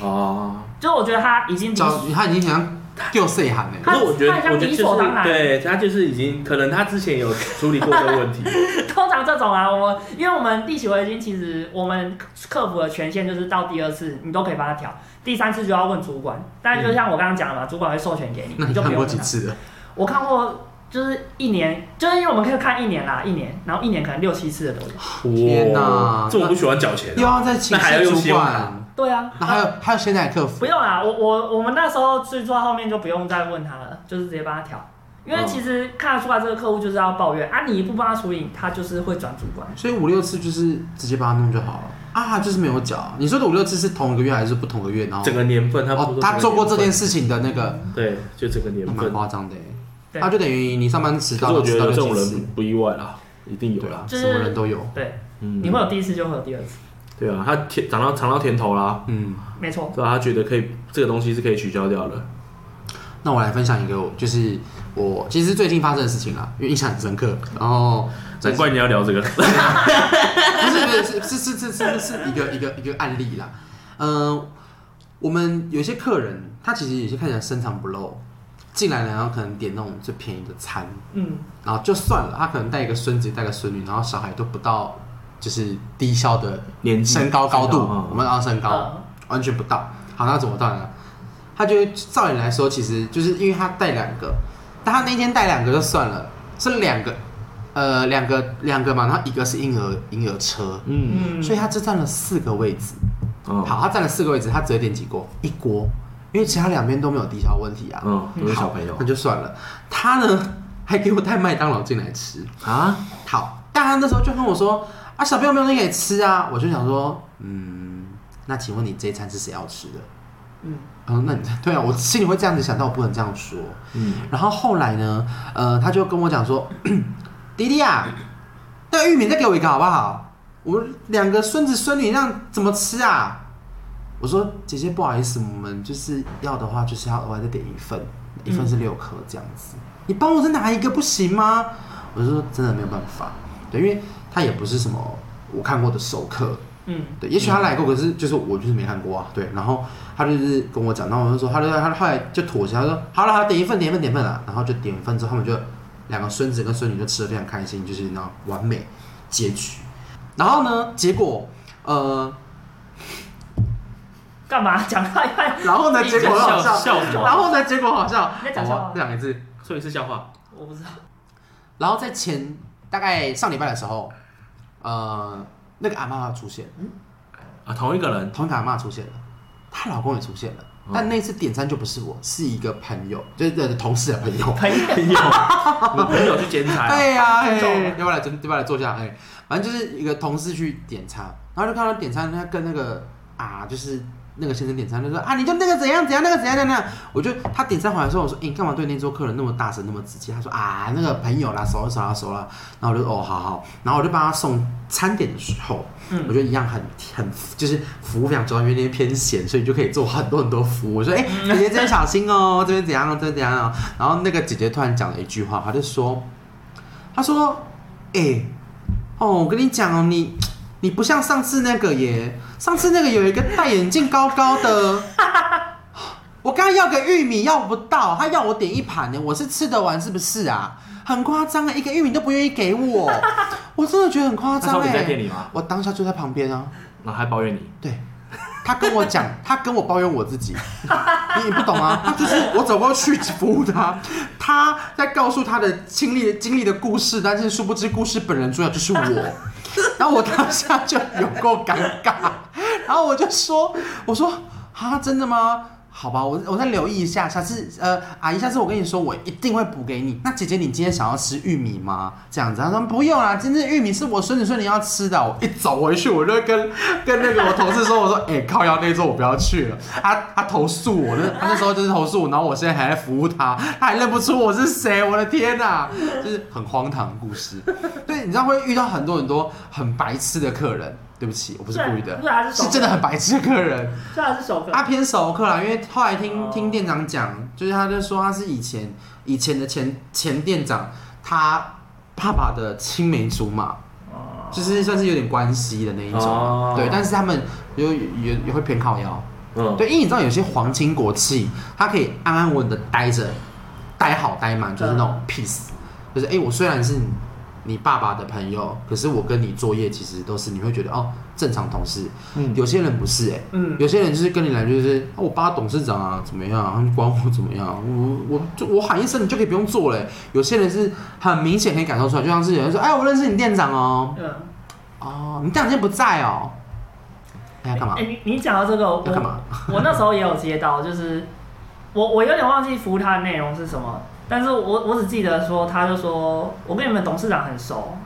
[SPEAKER 2] 哦，
[SPEAKER 3] 就我觉得他已经理
[SPEAKER 1] 早他已经想丢岁寒
[SPEAKER 2] 可
[SPEAKER 1] 了，
[SPEAKER 2] 是我觉得，
[SPEAKER 3] 他他
[SPEAKER 2] 我觉得
[SPEAKER 3] 理
[SPEAKER 2] 就是
[SPEAKER 3] 所当然
[SPEAKER 2] 对他就是已经，可能他之前有处理过这个
[SPEAKER 1] [LAUGHS]
[SPEAKER 2] 问题，
[SPEAKER 3] [LAUGHS] 通常这种啊，我们因为我们利息违约金，其实我们客服的权限就是到第二次你都可以帮他调，第三次就要问主管。但就像我刚刚讲的嘛，主管会授权给你，
[SPEAKER 1] 那
[SPEAKER 3] 你
[SPEAKER 1] 你
[SPEAKER 3] 就不
[SPEAKER 1] 看
[SPEAKER 3] 用
[SPEAKER 1] 过
[SPEAKER 3] 问
[SPEAKER 1] 几
[SPEAKER 3] 他。
[SPEAKER 1] 次的？
[SPEAKER 3] 我看过，就是一年，就是因为我们可以看一年啦，一年，然后一年可能六七次的都有。
[SPEAKER 1] 天哪
[SPEAKER 2] 哇这我不喜欢缴钱
[SPEAKER 1] 又
[SPEAKER 2] 啊，
[SPEAKER 1] 要再请
[SPEAKER 2] 那还要
[SPEAKER 1] 示
[SPEAKER 2] 用
[SPEAKER 1] 主
[SPEAKER 2] 信用卡
[SPEAKER 1] 管，
[SPEAKER 3] 对啊，
[SPEAKER 1] 然后还有还有现在客服
[SPEAKER 3] 不，用啦，我我我们那时候最做到后面就不用再问他了，就是直接帮他调，因为
[SPEAKER 2] 嗯
[SPEAKER 3] 其实看得出来这个客户就是要抱怨啊，你一不帮他处理，他就是会转主管。
[SPEAKER 1] 所以五六次就是直接把他弄就好了啊，就是没有缴。你说的五六次是同一个月还是不同个月？然后
[SPEAKER 2] 整个年份他不
[SPEAKER 1] 哦，
[SPEAKER 2] 是
[SPEAKER 1] 他做过这件
[SPEAKER 2] 整
[SPEAKER 1] 事情的那个，
[SPEAKER 2] 个年份，对，就整个年
[SPEAKER 1] 那蛮
[SPEAKER 2] 份。
[SPEAKER 1] 夸张的耶。
[SPEAKER 3] 对
[SPEAKER 1] 他就等于你上班迟
[SPEAKER 2] 可
[SPEAKER 1] 到，
[SPEAKER 2] 是我觉
[SPEAKER 1] 迟
[SPEAKER 2] 得
[SPEAKER 1] 到
[SPEAKER 2] 有这
[SPEAKER 1] 六
[SPEAKER 2] 种
[SPEAKER 1] 七次
[SPEAKER 2] 人，不意外啦，一定有
[SPEAKER 1] 对
[SPEAKER 2] 啦
[SPEAKER 1] 啊，，
[SPEAKER 3] 就是
[SPEAKER 1] 什么人都有，
[SPEAKER 3] 对，
[SPEAKER 2] 嗯，
[SPEAKER 3] 你会有第一次就会有第二次，
[SPEAKER 2] 对啊，他甜尝到尝到甜头啦，
[SPEAKER 1] 嗯。
[SPEAKER 3] 没错。
[SPEAKER 2] 对啊，他觉得可以这个东西是可以取消掉的，
[SPEAKER 1] 那我来分享一个，就是我其实最近发生的事情啦，因为印象很深刻。然后
[SPEAKER 3] [LAUGHS]
[SPEAKER 2] 难怪你要聊
[SPEAKER 1] [LAUGHS]
[SPEAKER 2] 这个，
[SPEAKER 1] 不是不是是是是是是一个一个一个案例啦。嗯、我们有些客人他其实有些看起来深藏不露，进来了然后可能点那种最便宜的餐，
[SPEAKER 3] 嗯，
[SPEAKER 1] 然后就算了，他可能带一个孙子带个孙女，然后小孩都不到就是低消的
[SPEAKER 2] 年纪
[SPEAKER 1] 身高高度，
[SPEAKER 2] 嗯
[SPEAKER 1] 啊我们要身高。
[SPEAKER 3] 呃
[SPEAKER 1] 完全不到。好，那怎么到呢？他就照理来说，其实就是因为他带两个，但他那天带两个就算了，是两个，呃，两个两个嘛，然后一个是婴儿婴儿车，
[SPEAKER 2] 嗯，
[SPEAKER 3] 嗯，
[SPEAKER 1] 所以他只占了四个位置。
[SPEAKER 2] 哦，
[SPEAKER 1] 好，他占了四个位置，他只有点几锅，一锅，因为其他两边都没有低消问题啊。
[SPEAKER 2] 嗯，都是小朋友
[SPEAKER 1] 那就算了。他呢还给我带麦当劳进来吃。
[SPEAKER 2] 啊，
[SPEAKER 1] 好，但他那时候就跟我说啊，小朋友没有东西可以吃啊。我就想说，嗯，那请问你这一餐是谁要吃的？
[SPEAKER 3] 嗯，
[SPEAKER 1] 嗯，那你 [LAUGHS] 对啊，我心里会这样子想，但我不能这样说。
[SPEAKER 2] 嗯，
[SPEAKER 1] 然后后来呢，呃，他就跟我讲说， [CLEARS THROAT] 迪迪啊，那玉米再给我一个好不好？我两个孙子孙女让怎么吃啊？我说姐姐不好意思，我们就是要的话就是要额外再点一份，一份是六颗这样子。你帮我再拿一个不行吗？我就说真的没有办法，对，因为他也不是什么我看过的熟客，
[SPEAKER 3] 嗯
[SPEAKER 1] 对，也许他来过，可是就是我就是没看过啊。对，然后他就是跟我讲，然后我就说，他就他后来就妥协，他说好了，好了点一份，点一份，点一份啊。然后就点一份之后，他们就两个孙子跟孙女就吃的非常开心，就是那种完美结局。然后呢，结果呃，
[SPEAKER 3] 干嘛讲到一半？
[SPEAKER 1] [LAUGHS] 然后呢，
[SPEAKER 3] 自己
[SPEAKER 1] 结果很好
[SPEAKER 2] 笑
[SPEAKER 1] 笑，
[SPEAKER 2] 笑什
[SPEAKER 1] 然
[SPEAKER 2] 么？
[SPEAKER 1] 后呢，结果好笑，
[SPEAKER 3] 你在讲笑话
[SPEAKER 1] 好再讲一次。
[SPEAKER 2] 说一次笑话，
[SPEAKER 3] 我不知道，
[SPEAKER 1] 然后在前大概上礼拜的时候，呃，那个阿妈出现，
[SPEAKER 2] 啊，同一个人，
[SPEAKER 1] 同一个阿妈出现了，她老公也出现了
[SPEAKER 2] 哦，
[SPEAKER 1] 但那次点餐就不是我，是一个朋友，就是呃同事的朋友。
[SPEAKER 3] 朋友
[SPEAKER 2] 朋友，我朋友去剪
[SPEAKER 1] 啊
[SPEAKER 2] 彩，啊
[SPEAKER 1] [LAUGHS] 对呀、
[SPEAKER 3] 这种
[SPEAKER 1] 嘿要不要来坐？要不要来坐下？哎，反正就是一个同事去点餐，然后就看到点餐，他跟那个啊，就是那个先生点餐，就说啊，你就那个怎样怎样，那个怎样怎样。我就他点餐回来的时候，我说，哎、你干嘛对那桌客人那么大声那么直接？他说啊，那个朋友啦，熟了熟了熟了。然后我就哦，好好，然后我就帮他送餐点的时候，
[SPEAKER 3] 嗯
[SPEAKER 1] 我觉得一样很很就是服务非常重要，因为那边偏咸，所以就可以做很多很多服务。我说，哎、姐姐这边小心哦，这边怎样哦，这边怎样哦。然后那个姐姐突然讲了一句话，她就说，她说，哎、哦，我跟你讲哦，你你不像上次那个耶，上次那个有一个戴眼镜高高的。我刚刚要个玉米要不到，他要我点一盘呢，我是吃得完是不是啊？很夸张啊，一个玉米都不愿意给我，我真的觉得很夸
[SPEAKER 2] 那时
[SPEAKER 1] 张
[SPEAKER 2] 候你在店
[SPEAKER 1] 哎。
[SPEAKER 2] 里吗？
[SPEAKER 1] 我当下就在旁边啊，
[SPEAKER 2] 然后还抱怨你，
[SPEAKER 1] 对，他跟我讲， [LAUGHS] 他跟我抱怨我自己， [LAUGHS] 你你不懂啊，他就是我走过去服务他，他在告诉他的经历经历的故事，但是殊不知故事本人主角就是我，然后我当下就有够尴尬，然后我就说，我说啊，真的吗？好吧，我我再留意一下，下次呃，阿姨，下次我跟你说，我一定会补给你。那姐姐，你今天想要吃玉米吗？这样子，她说不用啦，今天玉米是我孙子孙女要吃的。啊我一走回去，我就跟跟那个我同事说，我说，哎、靠腰那桌我不要去了。他他投诉我，那他那时候就是投诉我，然后我现在还在服务他，他还认不出我是谁，我的天哪、就是很荒唐的故事。对，你知道会遇到很多很多很白痴的客人。对不起，我不是故意的
[SPEAKER 3] 不是啊是，熟
[SPEAKER 1] 是真的啊很白痴的客人。
[SPEAKER 3] 虽然是首歌，
[SPEAKER 1] 他偏熟客啦，因为后来听
[SPEAKER 3] 哦
[SPEAKER 1] 听店长讲，就是他就说他是以前以前的前前店长，他爸爸的青梅竹马，
[SPEAKER 3] 哦
[SPEAKER 1] 就是算是有点关系的那一种。
[SPEAKER 2] 哦
[SPEAKER 1] 对，但是他们有也也会偏靠腰。
[SPEAKER 2] 嗯，
[SPEAKER 1] 对，因为你知道有些皇亲国戚，他可以安安稳稳的待着，待好待满，就是那
[SPEAKER 2] 嗯
[SPEAKER 1] 种 peace，就是哎、诶我虽然是你爸爸的朋友，可是我跟你作业其实都是你会觉得哦，正常同事。
[SPEAKER 2] 嗯
[SPEAKER 1] 有些人不是哎、诶
[SPEAKER 3] 嗯
[SPEAKER 1] 有些人就是跟你来就是，啊、我爸董事长啊，怎么样啊，他们管我怎么样啊，我我就我喊一声你就可以不用做嘞、欸有些人是很明显可以感受出来，就像是有人说，哎，我认识你店长哦，
[SPEAKER 3] 嗯，
[SPEAKER 1] 哦，你店长今天不在哦，哎、要干嘛
[SPEAKER 3] 哎、？你你讲到这个，我
[SPEAKER 1] 要干嘛？
[SPEAKER 3] [LAUGHS] 我那时候也有接到，就是我我有点忘记服务他的内容是什么，但是我我只记得说，他就说我跟你们董事长很熟，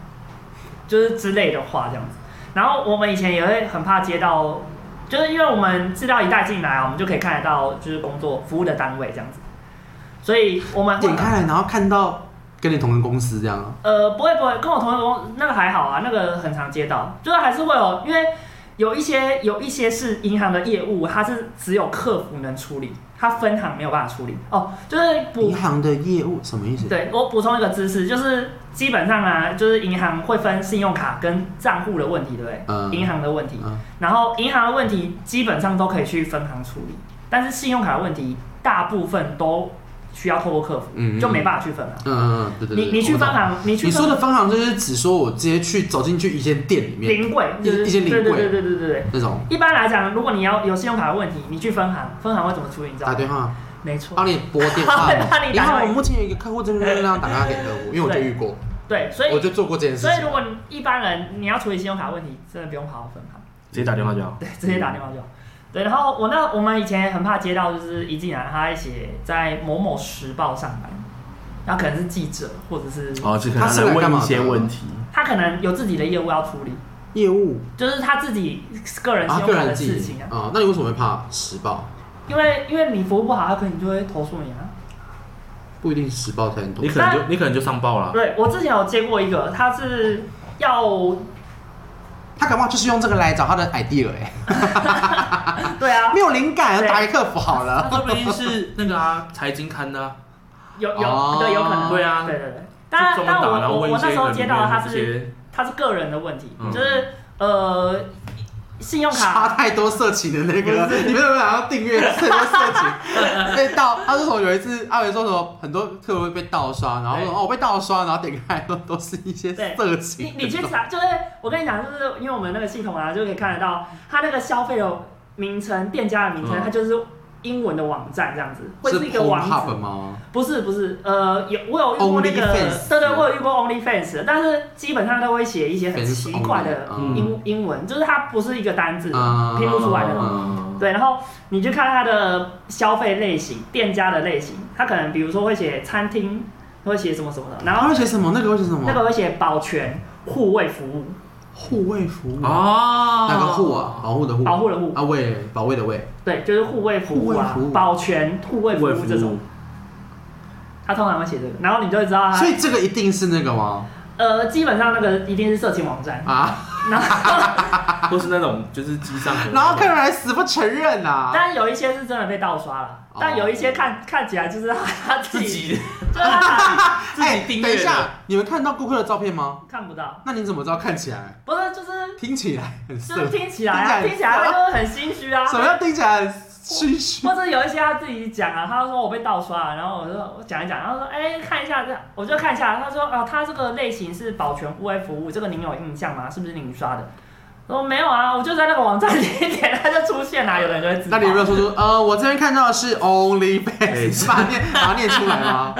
[SPEAKER 3] 就是之类的话这样子。然后我们以前也会很怕接到，就是因为我们资料一带进来啊，我们就可以看得到就是工作服务的单位这样子，所以我们会
[SPEAKER 1] 点开来，然后看到跟你同个公司这样啊。
[SPEAKER 3] 呃，不会不会，跟我同学公那个还好啊，那个很常接到，就是还是会有，因为有一些有一些是银行的业务，它是只有客服能处理，它分行没有办法处理。哦，就是补
[SPEAKER 1] 银行的业务什么意思？
[SPEAKER 3] 对我补充一个知识，就是基本上啊，就是银行会分信用卡跟账户的问题，对不对？
[SPEAKER 1] 嗯
[SPEAKER 3] 银行的问题，
[SPEAKER 1] 嗯
[SPEAKER 3] 然后银行的问题基本上都可以去分行处理，但是信用卡的问题大部分都需要透过客服，
[SPEAKER 1] 嗯嗯
[SPEAKER 3] 就没办法去分行。
[SPEAKER 1] 嗯嗯，对对对。
[SPEAKER 3] 你你去
[SPEAKER 1] 我懂
[SPEAKER 3] 分行，你去
[SPEAKER 1] 你
[SPEAKER 3] 分
[SPEAKER 1] 说
[SPEAKER 3] 行
[SPEAKER 1] 的分行就是指说我直接去走进去一间店里面
[SPEAKER 3] 临柜，
[SPEAKER 1] 一
[SPEAKER 3] 就是
[SPEAKER 1] 一些临
[SPEAKER 3] 对对
[SPEAKER 1] 柜
[SPEAKER 3] 对对对对对。
[SPEAKER 1] 那种
[SPEAKER 3] 一般来讲，如果你要有信用卡的问题，你去分行，分行会怎么处理？你知道
[SPEAKER 1] 打
[SPEAKER 3] 吗？
[SPEAKER 1] 电话
[SPEAKER 3] 没错，
[SPEAKER 1] 啊帮你拨电话
[SPEAKER 3] [LAUGHS] 帮，你打电话
[SPEAKER 1] 你好，我目前有一个客户真的这样打电话给客户，因为我就遇过，
[SPEAKER 3] 对，所以
[SPEAKER 1] 我就做过这件事
[SPEAKER 3] 所以
[SPEAKER 1] 情啊
[SPEAKER 3] 如。果你一般人你要处理信用卡问题，真的不用跑好分行， [LAUGHS]
[SPEAKER 2] 直接打电话就好。
[SPEAKER 3] 对，直接打电话就好。对，然后我那我们以前很怕接到，就是一进来他还写在某某时报上班，然后可能是记者或者是
[SPEAKER 2] 哦，这可
[SPEAKER 1] 他是
[SPEAKER 2] 能
[SPEAKER 1] 来干
[SPEAKER 2] 问
[SPEAKER 1] 嘛
[SPEAKER 2] 一
[SPEAKER 1] 的
[SPEAKER 2] 些问题。
[SPEAKER 3] 他可能有自己的业务要处理，
[SPEAKER 1] 业务
[SPEAKER 3] 就是他自己个人信
[SPEAKER 1] 啊，
[SPEAKER 3] 用
[SPEAKER 1] 个
[SPEAKER 3] 卡
[SPEAKER 1] 人
[SPEAKER 3] 的
[SPEAKER 1] 记
[SPEAKER 3] 事情
[SPEAKER 1] 忆
[SPEAKER 3] 啊，
[SPEAKER 1] 啊，那你为什么会怕时报？
[SPEAKER 3] 因为因为你服务不好，他可能就会投诉你啊。
[SPEAKER 1] 不一定时报才能懂
[SPEAKER 2] 你。可能就你可能就上报了。
[SPEAKER 3] 对我之前有接过一个，他是要
[SPEAKER 1] 他搞不好就是用这个来找他的 idea 哎、
[SPEAKER 3] 对啊
[SPEAKER 1] 没，有灵感，
[SPEAKER 3] 对
[SPEAKER 1] 打给客服 [LAUGHS] 好了。
[SPEAKER 2] 他说不定是那个啊，财经刊的啊，
[SPEAKER 3] 有有、
[SPEAKER 1] 哦
[SPEAKER 3] 对有可能
[SPEAKER 2] 对啊
[SPEAKER 3] 对对对。但
[SPEAKER 2] 就专门
[SPEAKER 3] 但
[SPEAKER 2] 打，然后
[SPEAKER 3] 我我
[SPEAKER 2] 问一
[SPEAKER 3] 我那
[SPEAKER 2] 些
[SPEAKER 3] 时候
[SPEAKER 2] 可
[SPEAKER 3] 接到的
[SPEAKER 2] 能
[SPEAKER 3] 他
[SPEAKER 2] 一
[SPEAKER 3] 是
[SPEAKER 2] 些
[SPEAKER 3] 他是个人的问题，
[SPEAKER 2] 嗯
[SPEAKER 3] 就是呃信用
[SPEAKER 1] 差
[SPEAKER 3] 卡
[SPEAKER 1] 太多色情的那个，你们有没有想要订阅太多色
[SPEAKER 3] [LAUGHS]
[SPEAKER 1] 情？被盗，他说什么有一次阿伟说什么很多客户被盗刷，然后说
[SPEAKER 3] 对
[SPEAKER 1] 哦我被盗刷，然后点开都都是一些
[SPEAKER 3] 对
[SPEAKER 1] 色
[SPEAKER 3] 你
[SPEAKER 1] 情。
[SPEAKER 3] 你去查，就是我跟你讲，就是因为我们那个系统啊，就可以看得到他那个消费的名称、店家的名称，
[SPEAKER 2] 嗯
[SPEAKER 3] 它就是英文的网站这样子，会是一个
[SPEAKER 1] p o
[SPEAKER 3] 网
[SPEAKER 1] n
[SPEAKER 3] 址。
[SPEAKER 1] Hub 吗？
[SPEAKER 3] 不是不是，呃，有我有遇过那个
[SPEAKER 1] OnlyFans
[SPEAKER 3] 对对，我有遇过
[SPEAKER 1] 嗯
[SPEAKER 3] OnlyFans，但是基本上都会写一些很
[SPEAKER 1] Fans
[SPEAKER 3] 奇怪的
[SPEAKER 1] only，
[SPEAKER 2] 嗯
[SPEAKER 3] 英、英文，就是它不是一个单字，
[SPEAKER 1] 啊
[SPEAKER 3] 拼不出来的。
[SPEAKER 2] 嗯，
[SPEAKER 3] 对，然后你去看它的消费类型、店家的类型，它可能比如说会写餐厅，会写什么什么的，然
[SPEAKER 1] 他
[SPEAKER 3] 后
[SPEAKER 1] 会啊写什么？那个会写什
[SPEAKER 3] 那
[SPEAKER 1] 么？
[SPEAKER 3] 个会写保全、
[SPEAKER 1] 嗯
[SPEAKER 3] 护卫服务、
[SPEAKER 1] 护卫服务，啊
[SPEAKER 2] 哦，
[SPEAKER 1] 哪个护啊？？保护的护，
[SPEAKER 3] 保护的护，
[SPEAKER 1] 啊卫保卫的卫。
[SPEAKER 3] 对，就是护卫服务啊
[SPEAKER 1] 护卫服务、
[SPEAKER 3] 保全、护卫服
[SPEAKER 2] 卫
[SPEAKER 3] 务
[SPEAKER 2] 服
[SPEAKER 3] 这
[SPEAKER 2] 务
[SPEAKER 3] 种，，它通常会写这个，然后你就会知道
[SPEAKER 1] 所
[SPEAKER 3] 它，
[SPEAKER 1] 以这个一定是那个吗？
[SPEAKER 3] 呃，基本上那个一定是色情网站，
[SPEAKER 1] 啊，
[SPEAKER 3] 然后。
[SPEAKER 2] 或是那种就是机上的，
[SPEAKER 1] 然后客人还死不承认啊。
[SPEAKER 3] 但有一些是真的被盗刷了，
[SPEAKER 1] 哦
[SPEAKER 3] 但有一些看看起来就是他自
[SPEAKER 2] 自
[SPEAKER 3] 己，
[SPEAKER 2] 己
[SPEAKER 3] 哎就是他 [LAUGHS]
[SPEAKER 2] 自己订阅的
[SPEAKER 1] 等一下，你们看到顾客的照片吗？
[SPEAKER 3] 看不到，
[SPEAKER 1] 那你怎么知道看起来？
[SPEAKER 3] 不是就是
[SPEAKER 1] 听起来很
[SPEAKER 3] 就是
[SPEAKER 1] 色，
[SPEAKER 3] 听起来啊，
[SPEAKER 1] 听
[SPEAKER 3] 听
[SPEAKER 1] 起
[SPEAKER 3] 起
[SPEAKER 1] 来
[SPEAKER 3] 来
[SPEAKER 1] 很
[SPEAKER 3] 他就是很心虚啊，
[SPEAKER 1] 什么叫听起来很虚
[SPEAKER 3] [LAUGHS]
[SPEAKER 1] 虚？
[SPEAKER 3] 或者有一些他自己讲啊，他说我被盗刷啊了，然后我就我讲一讲，然后说哎、看一下这，我就看一下，他说啊他这个类型是保全护卫服务，这个您有印象吗？是不是您刷的？我说没有啊，我就在那个网站里点，他就出现啊啦、有的人就会知道。
[SPEAKER 1] 那你有没有说出呃，我这边看到的是 Only Face，[LAUGHS]
[SPEAKER 2] 对
[SPEAKER 1] 把它念把它念出来吗？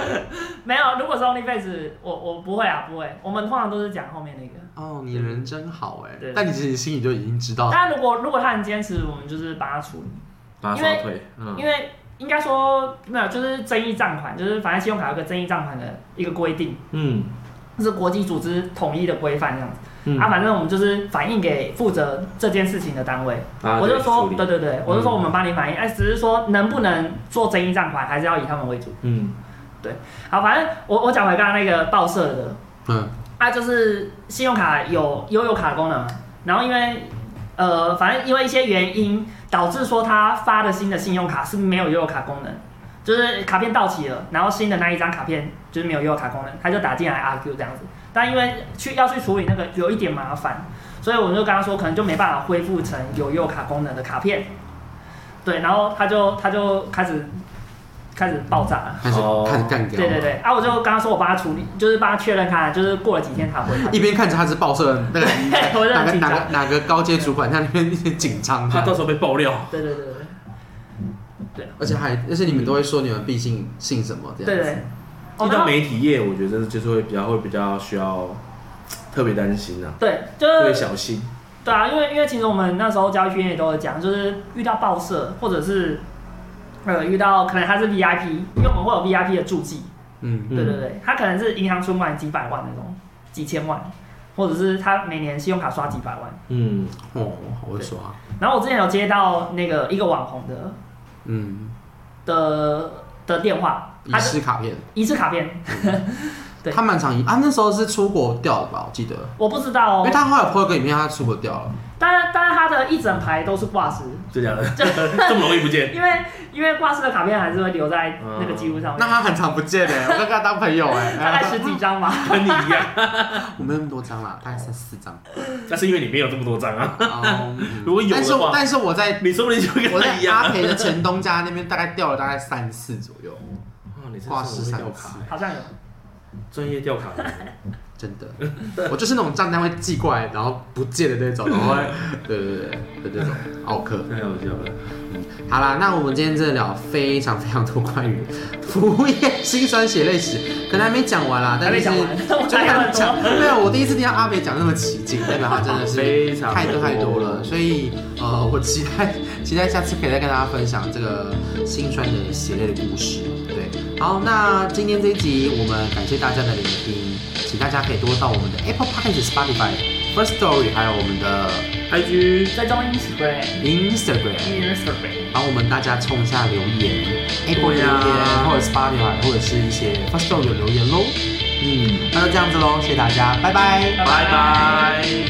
[SPEAKER 3] 没有？如果是 OnlyFans，我我不会啊，不会。我们通常都是讲后面那个。
[SPEAKER 1] 哦，你人真好哎
[SPEAKER 3] 对，
[SPEAKER 1] 但你其实心里就已经知道，
[SPEAKER 3] 但如果如果他很坚持，我们就是帮他处理，
[SPEAKER 2] 把他刷退，嗯，
[SPEAKER 3] 因为应该说没有，就是争议账款，就是反正信用卡有个争议账款的一个规定，
[SPEAKER 2] 嗯
[SPEAKER 3] 是国际组织统一的规范这样子。
[SPEAKER 2] 嗯
[SPEAKER 3] 啊，反正我们就是反映给负责这件事情的单位，
[SPEAKER 2] 啊
[SPEAKER 3] 我就说，
[SPEAKER 2] 对处
[SPEAKER 3] 对
[SPEAKER 2] 理
[SPEAKER 3] 对对，我就说我们帮你反映，哎、只是说能不能做争议账款，还是要以他们为主。
[SPEAKER 2] 嗯，
[SPEAKER 3] 好，反正我我讲回刚刚那个报社的，
[SPEAKER 1] 嗯，
[SPEAKER 3] 啊，就是信用卡有悠游卡的功能嘛，然后因为呃，反正因为一些原因导致说他发的新的信用卡是没有悠游卡功能，就是卡片到期了，然后新的那一张卡片就是没有悠游卡功能，他就打进来 RQ 这样子，但因为去要去处理那个有一点麻烦，所以我就跟他说可能就没办法恢复成有悠游卡功能的卡片，对，然后他就他就开始开始爆炸了。
[SPEAKER 1] 开始
[SPEAKER 2] 哦
[SPEAKER 1] 开始干掉，
[SPEAKER 3] 对对，对，啊，我就跟他说我帮他处理，就是帮他确认看，就是过了几天他回来。
[SPEAKER 1] 一边看着他是报社那
[SPEAKER 3] [LAUGHS]
[SPEAKER 1] 个
[SPEAKER 3] 我就
[SPEAKER 1] 哪
[SPEAKER 3] 很
[SPEAKER 1] 个
[SPEAKER 3] 紧张
[SPEAKER 1] 哪个哪个高阶主管，他那边一直紧张
[SPEAKER 2] 怕到时候被爆料，
[SPEAKER 3] 对对对对
[SPEAKER 1] 而且还而且你们都会说你们毕竟姓什么这
[SPEAKER 3] 对
[SPEAKER 1] 样
[SPEAKER 3] 对
[SPEAKER 1] 子，。
[SPEAKER 3] 哦
[SPEAKER 2] 进
[SPEAKER 3] 然
[SPEAKER 2] 到
[SPEAKER 3] 后
[SPEAKER 2] 媒体业，我觉得就是会比较会比较需要特别担心啊，
[SPEAKER 3] 对，就
[SPEAKER 2] 特别
[SPEAKER 3] 是
[SPEAKER 2] 小心，
[SPEAKER 3] 对啊，因为因为其实我们那时候教育训练也都有讲，就是遇到报社或者是呃遇到可能他是 VIP，因为我们会有 VIP 的助记，
[SPEAKER 1] 嗯，
[SPEAKER 3] 对对对，他可能是银行存款几百万那种，几千万，或者是他每年信用卡刷几百万。
[SPEAKER 2] 嗯，
[SPEAKER 1] 哦，好会说啊，
[SPEAKER 3] 然后我之前有接到那个一个网红的
[SPEAKER 1] 嗯，
[SPEAKER 3] 的的电话，
[SPEAKER 1] 遗
[SPEAKER 3] 他就
[SPEAKER 1] 失卡片，
[SPEAKER 3] 遗失卡片，对
[SPEAKER 1] 他蛮常遗啊，那时候是出国掉的吧，我记得，
[SPEAKER 3] 我不知道、哦，
[SPEAKER 1] 因
[SPEAKER 3] 嗯
[SPEAKER 1] 为他后来 po 一个影片，他出国掉了。
[SPEAKER 3] 当然，当然，它的一整排都是挂失，
[SPEAKER 2] 就这样的， [LAUGHS] 这么容易不见，
[SPEAKER 3] 因为因为挂失的卡片还是会留在那个记录上
[SPEAKER 1] 那
[SPEAKER 3] 面，
[SPEAKER 1] 他很常不见
[SPEAKER 3] [LAUGHS]
[SPEAKER 1] 哎、我跟他当朋友哎、
[SPEAKER 3] 大概十几张吧。
[SPEAKER 2] 跟你一样，
[SPEAKER 1] 我没有那么多张啦，大概三四
[SPEAKER 3] [LAUGHS]
[SPEAKER 1] 张。
[SPEAKER 2] 那是因为你没有这么多张啊，
[SPEAKER 1] 嗯
[SPEAKER 2] 如果有的话
[SPEAKER 1] 但是我但是我在
[SPEAKER 2] 你说不定就会
[SPEAKER 1] 我
[SPEAKER 2] 跟他
[SPEAKER 1] 在
[SPEAKER 2] 一样
[SPEAKER 1] 阿
[SPEAKER 2] 啊，
[SPEAKER 1] 培的前东家那边大概掉了大概三次左右，
[SPEAKER 3] 啊
[SPEAKER 2] 哇哦你是
[SPEAKER 1] 挂
[SPEAKER 2] 不是
[SPEAKER 1] 13
[SPEAKER 2] 会掉
[SPEAKER 1] 次
[SPEAKER 2] 卡欸，
[SPEAKER 3] 好像有，
[SPEAKER 2] 专业掉卡人。
[SPEAKER 1] 真的， [LAUGHS] 我就是那种账单会寄过来，然后不借的那种，然后会，对对对对的那种奥克。
[SPEAKER 2] 太好笑了。
[SPEAKER 1] 好啦，那我们今天真的聊非常非常多关于服务业辛酸血泪史，可能还没讲完啦，但
[SPEAKER 3] [LAUGHS] 还没
[SPEAKER 1] 是
[SPEAKER 3] 讲完，我
[SPEAKER 1] 就
[SPEAKER 3] 还有
[SPEAKER 1] 他
[SPEAKER 3] 很
[SPEAKER 1] 讲，
[SPEAKER 3] 多。
[SPEAKER 1] 没有，我第一次听到阿北讲那么起劲，代表他真的是
[SPEAKER 2] 非常
[SPEAKER 1] 太多太多了，所以呃，我期待期待下次可以再跟大家分享这个心酸的血泪的故事。对，好，那今天这一集我们感谢大家的聆听，请大家可以多到我们的 Apple Podcast、Spotify、First Story，还有我们的
[SPEAKER 2] IG
[SPEAKER 3] 追踪 Instagram、
[SPEAKER 1] Instagram，
[SPEAKER 3] Instagram，
[SPEAKER 1] 帮我们大家冲一下留言，Apple 留
[SPEAKER 2] 对
[SPEAKER 1] 言、
[SPEAKER 2] 啊
[SPEAKER 1] 或者 Spotify 或者是一些 First Story 的留言喽。
[SPEAKER 2] 嗯，
[SPEAKER 1] 那就这样子喽，谢谢大家，拜拜
[SPEAKER 2] 拜拜。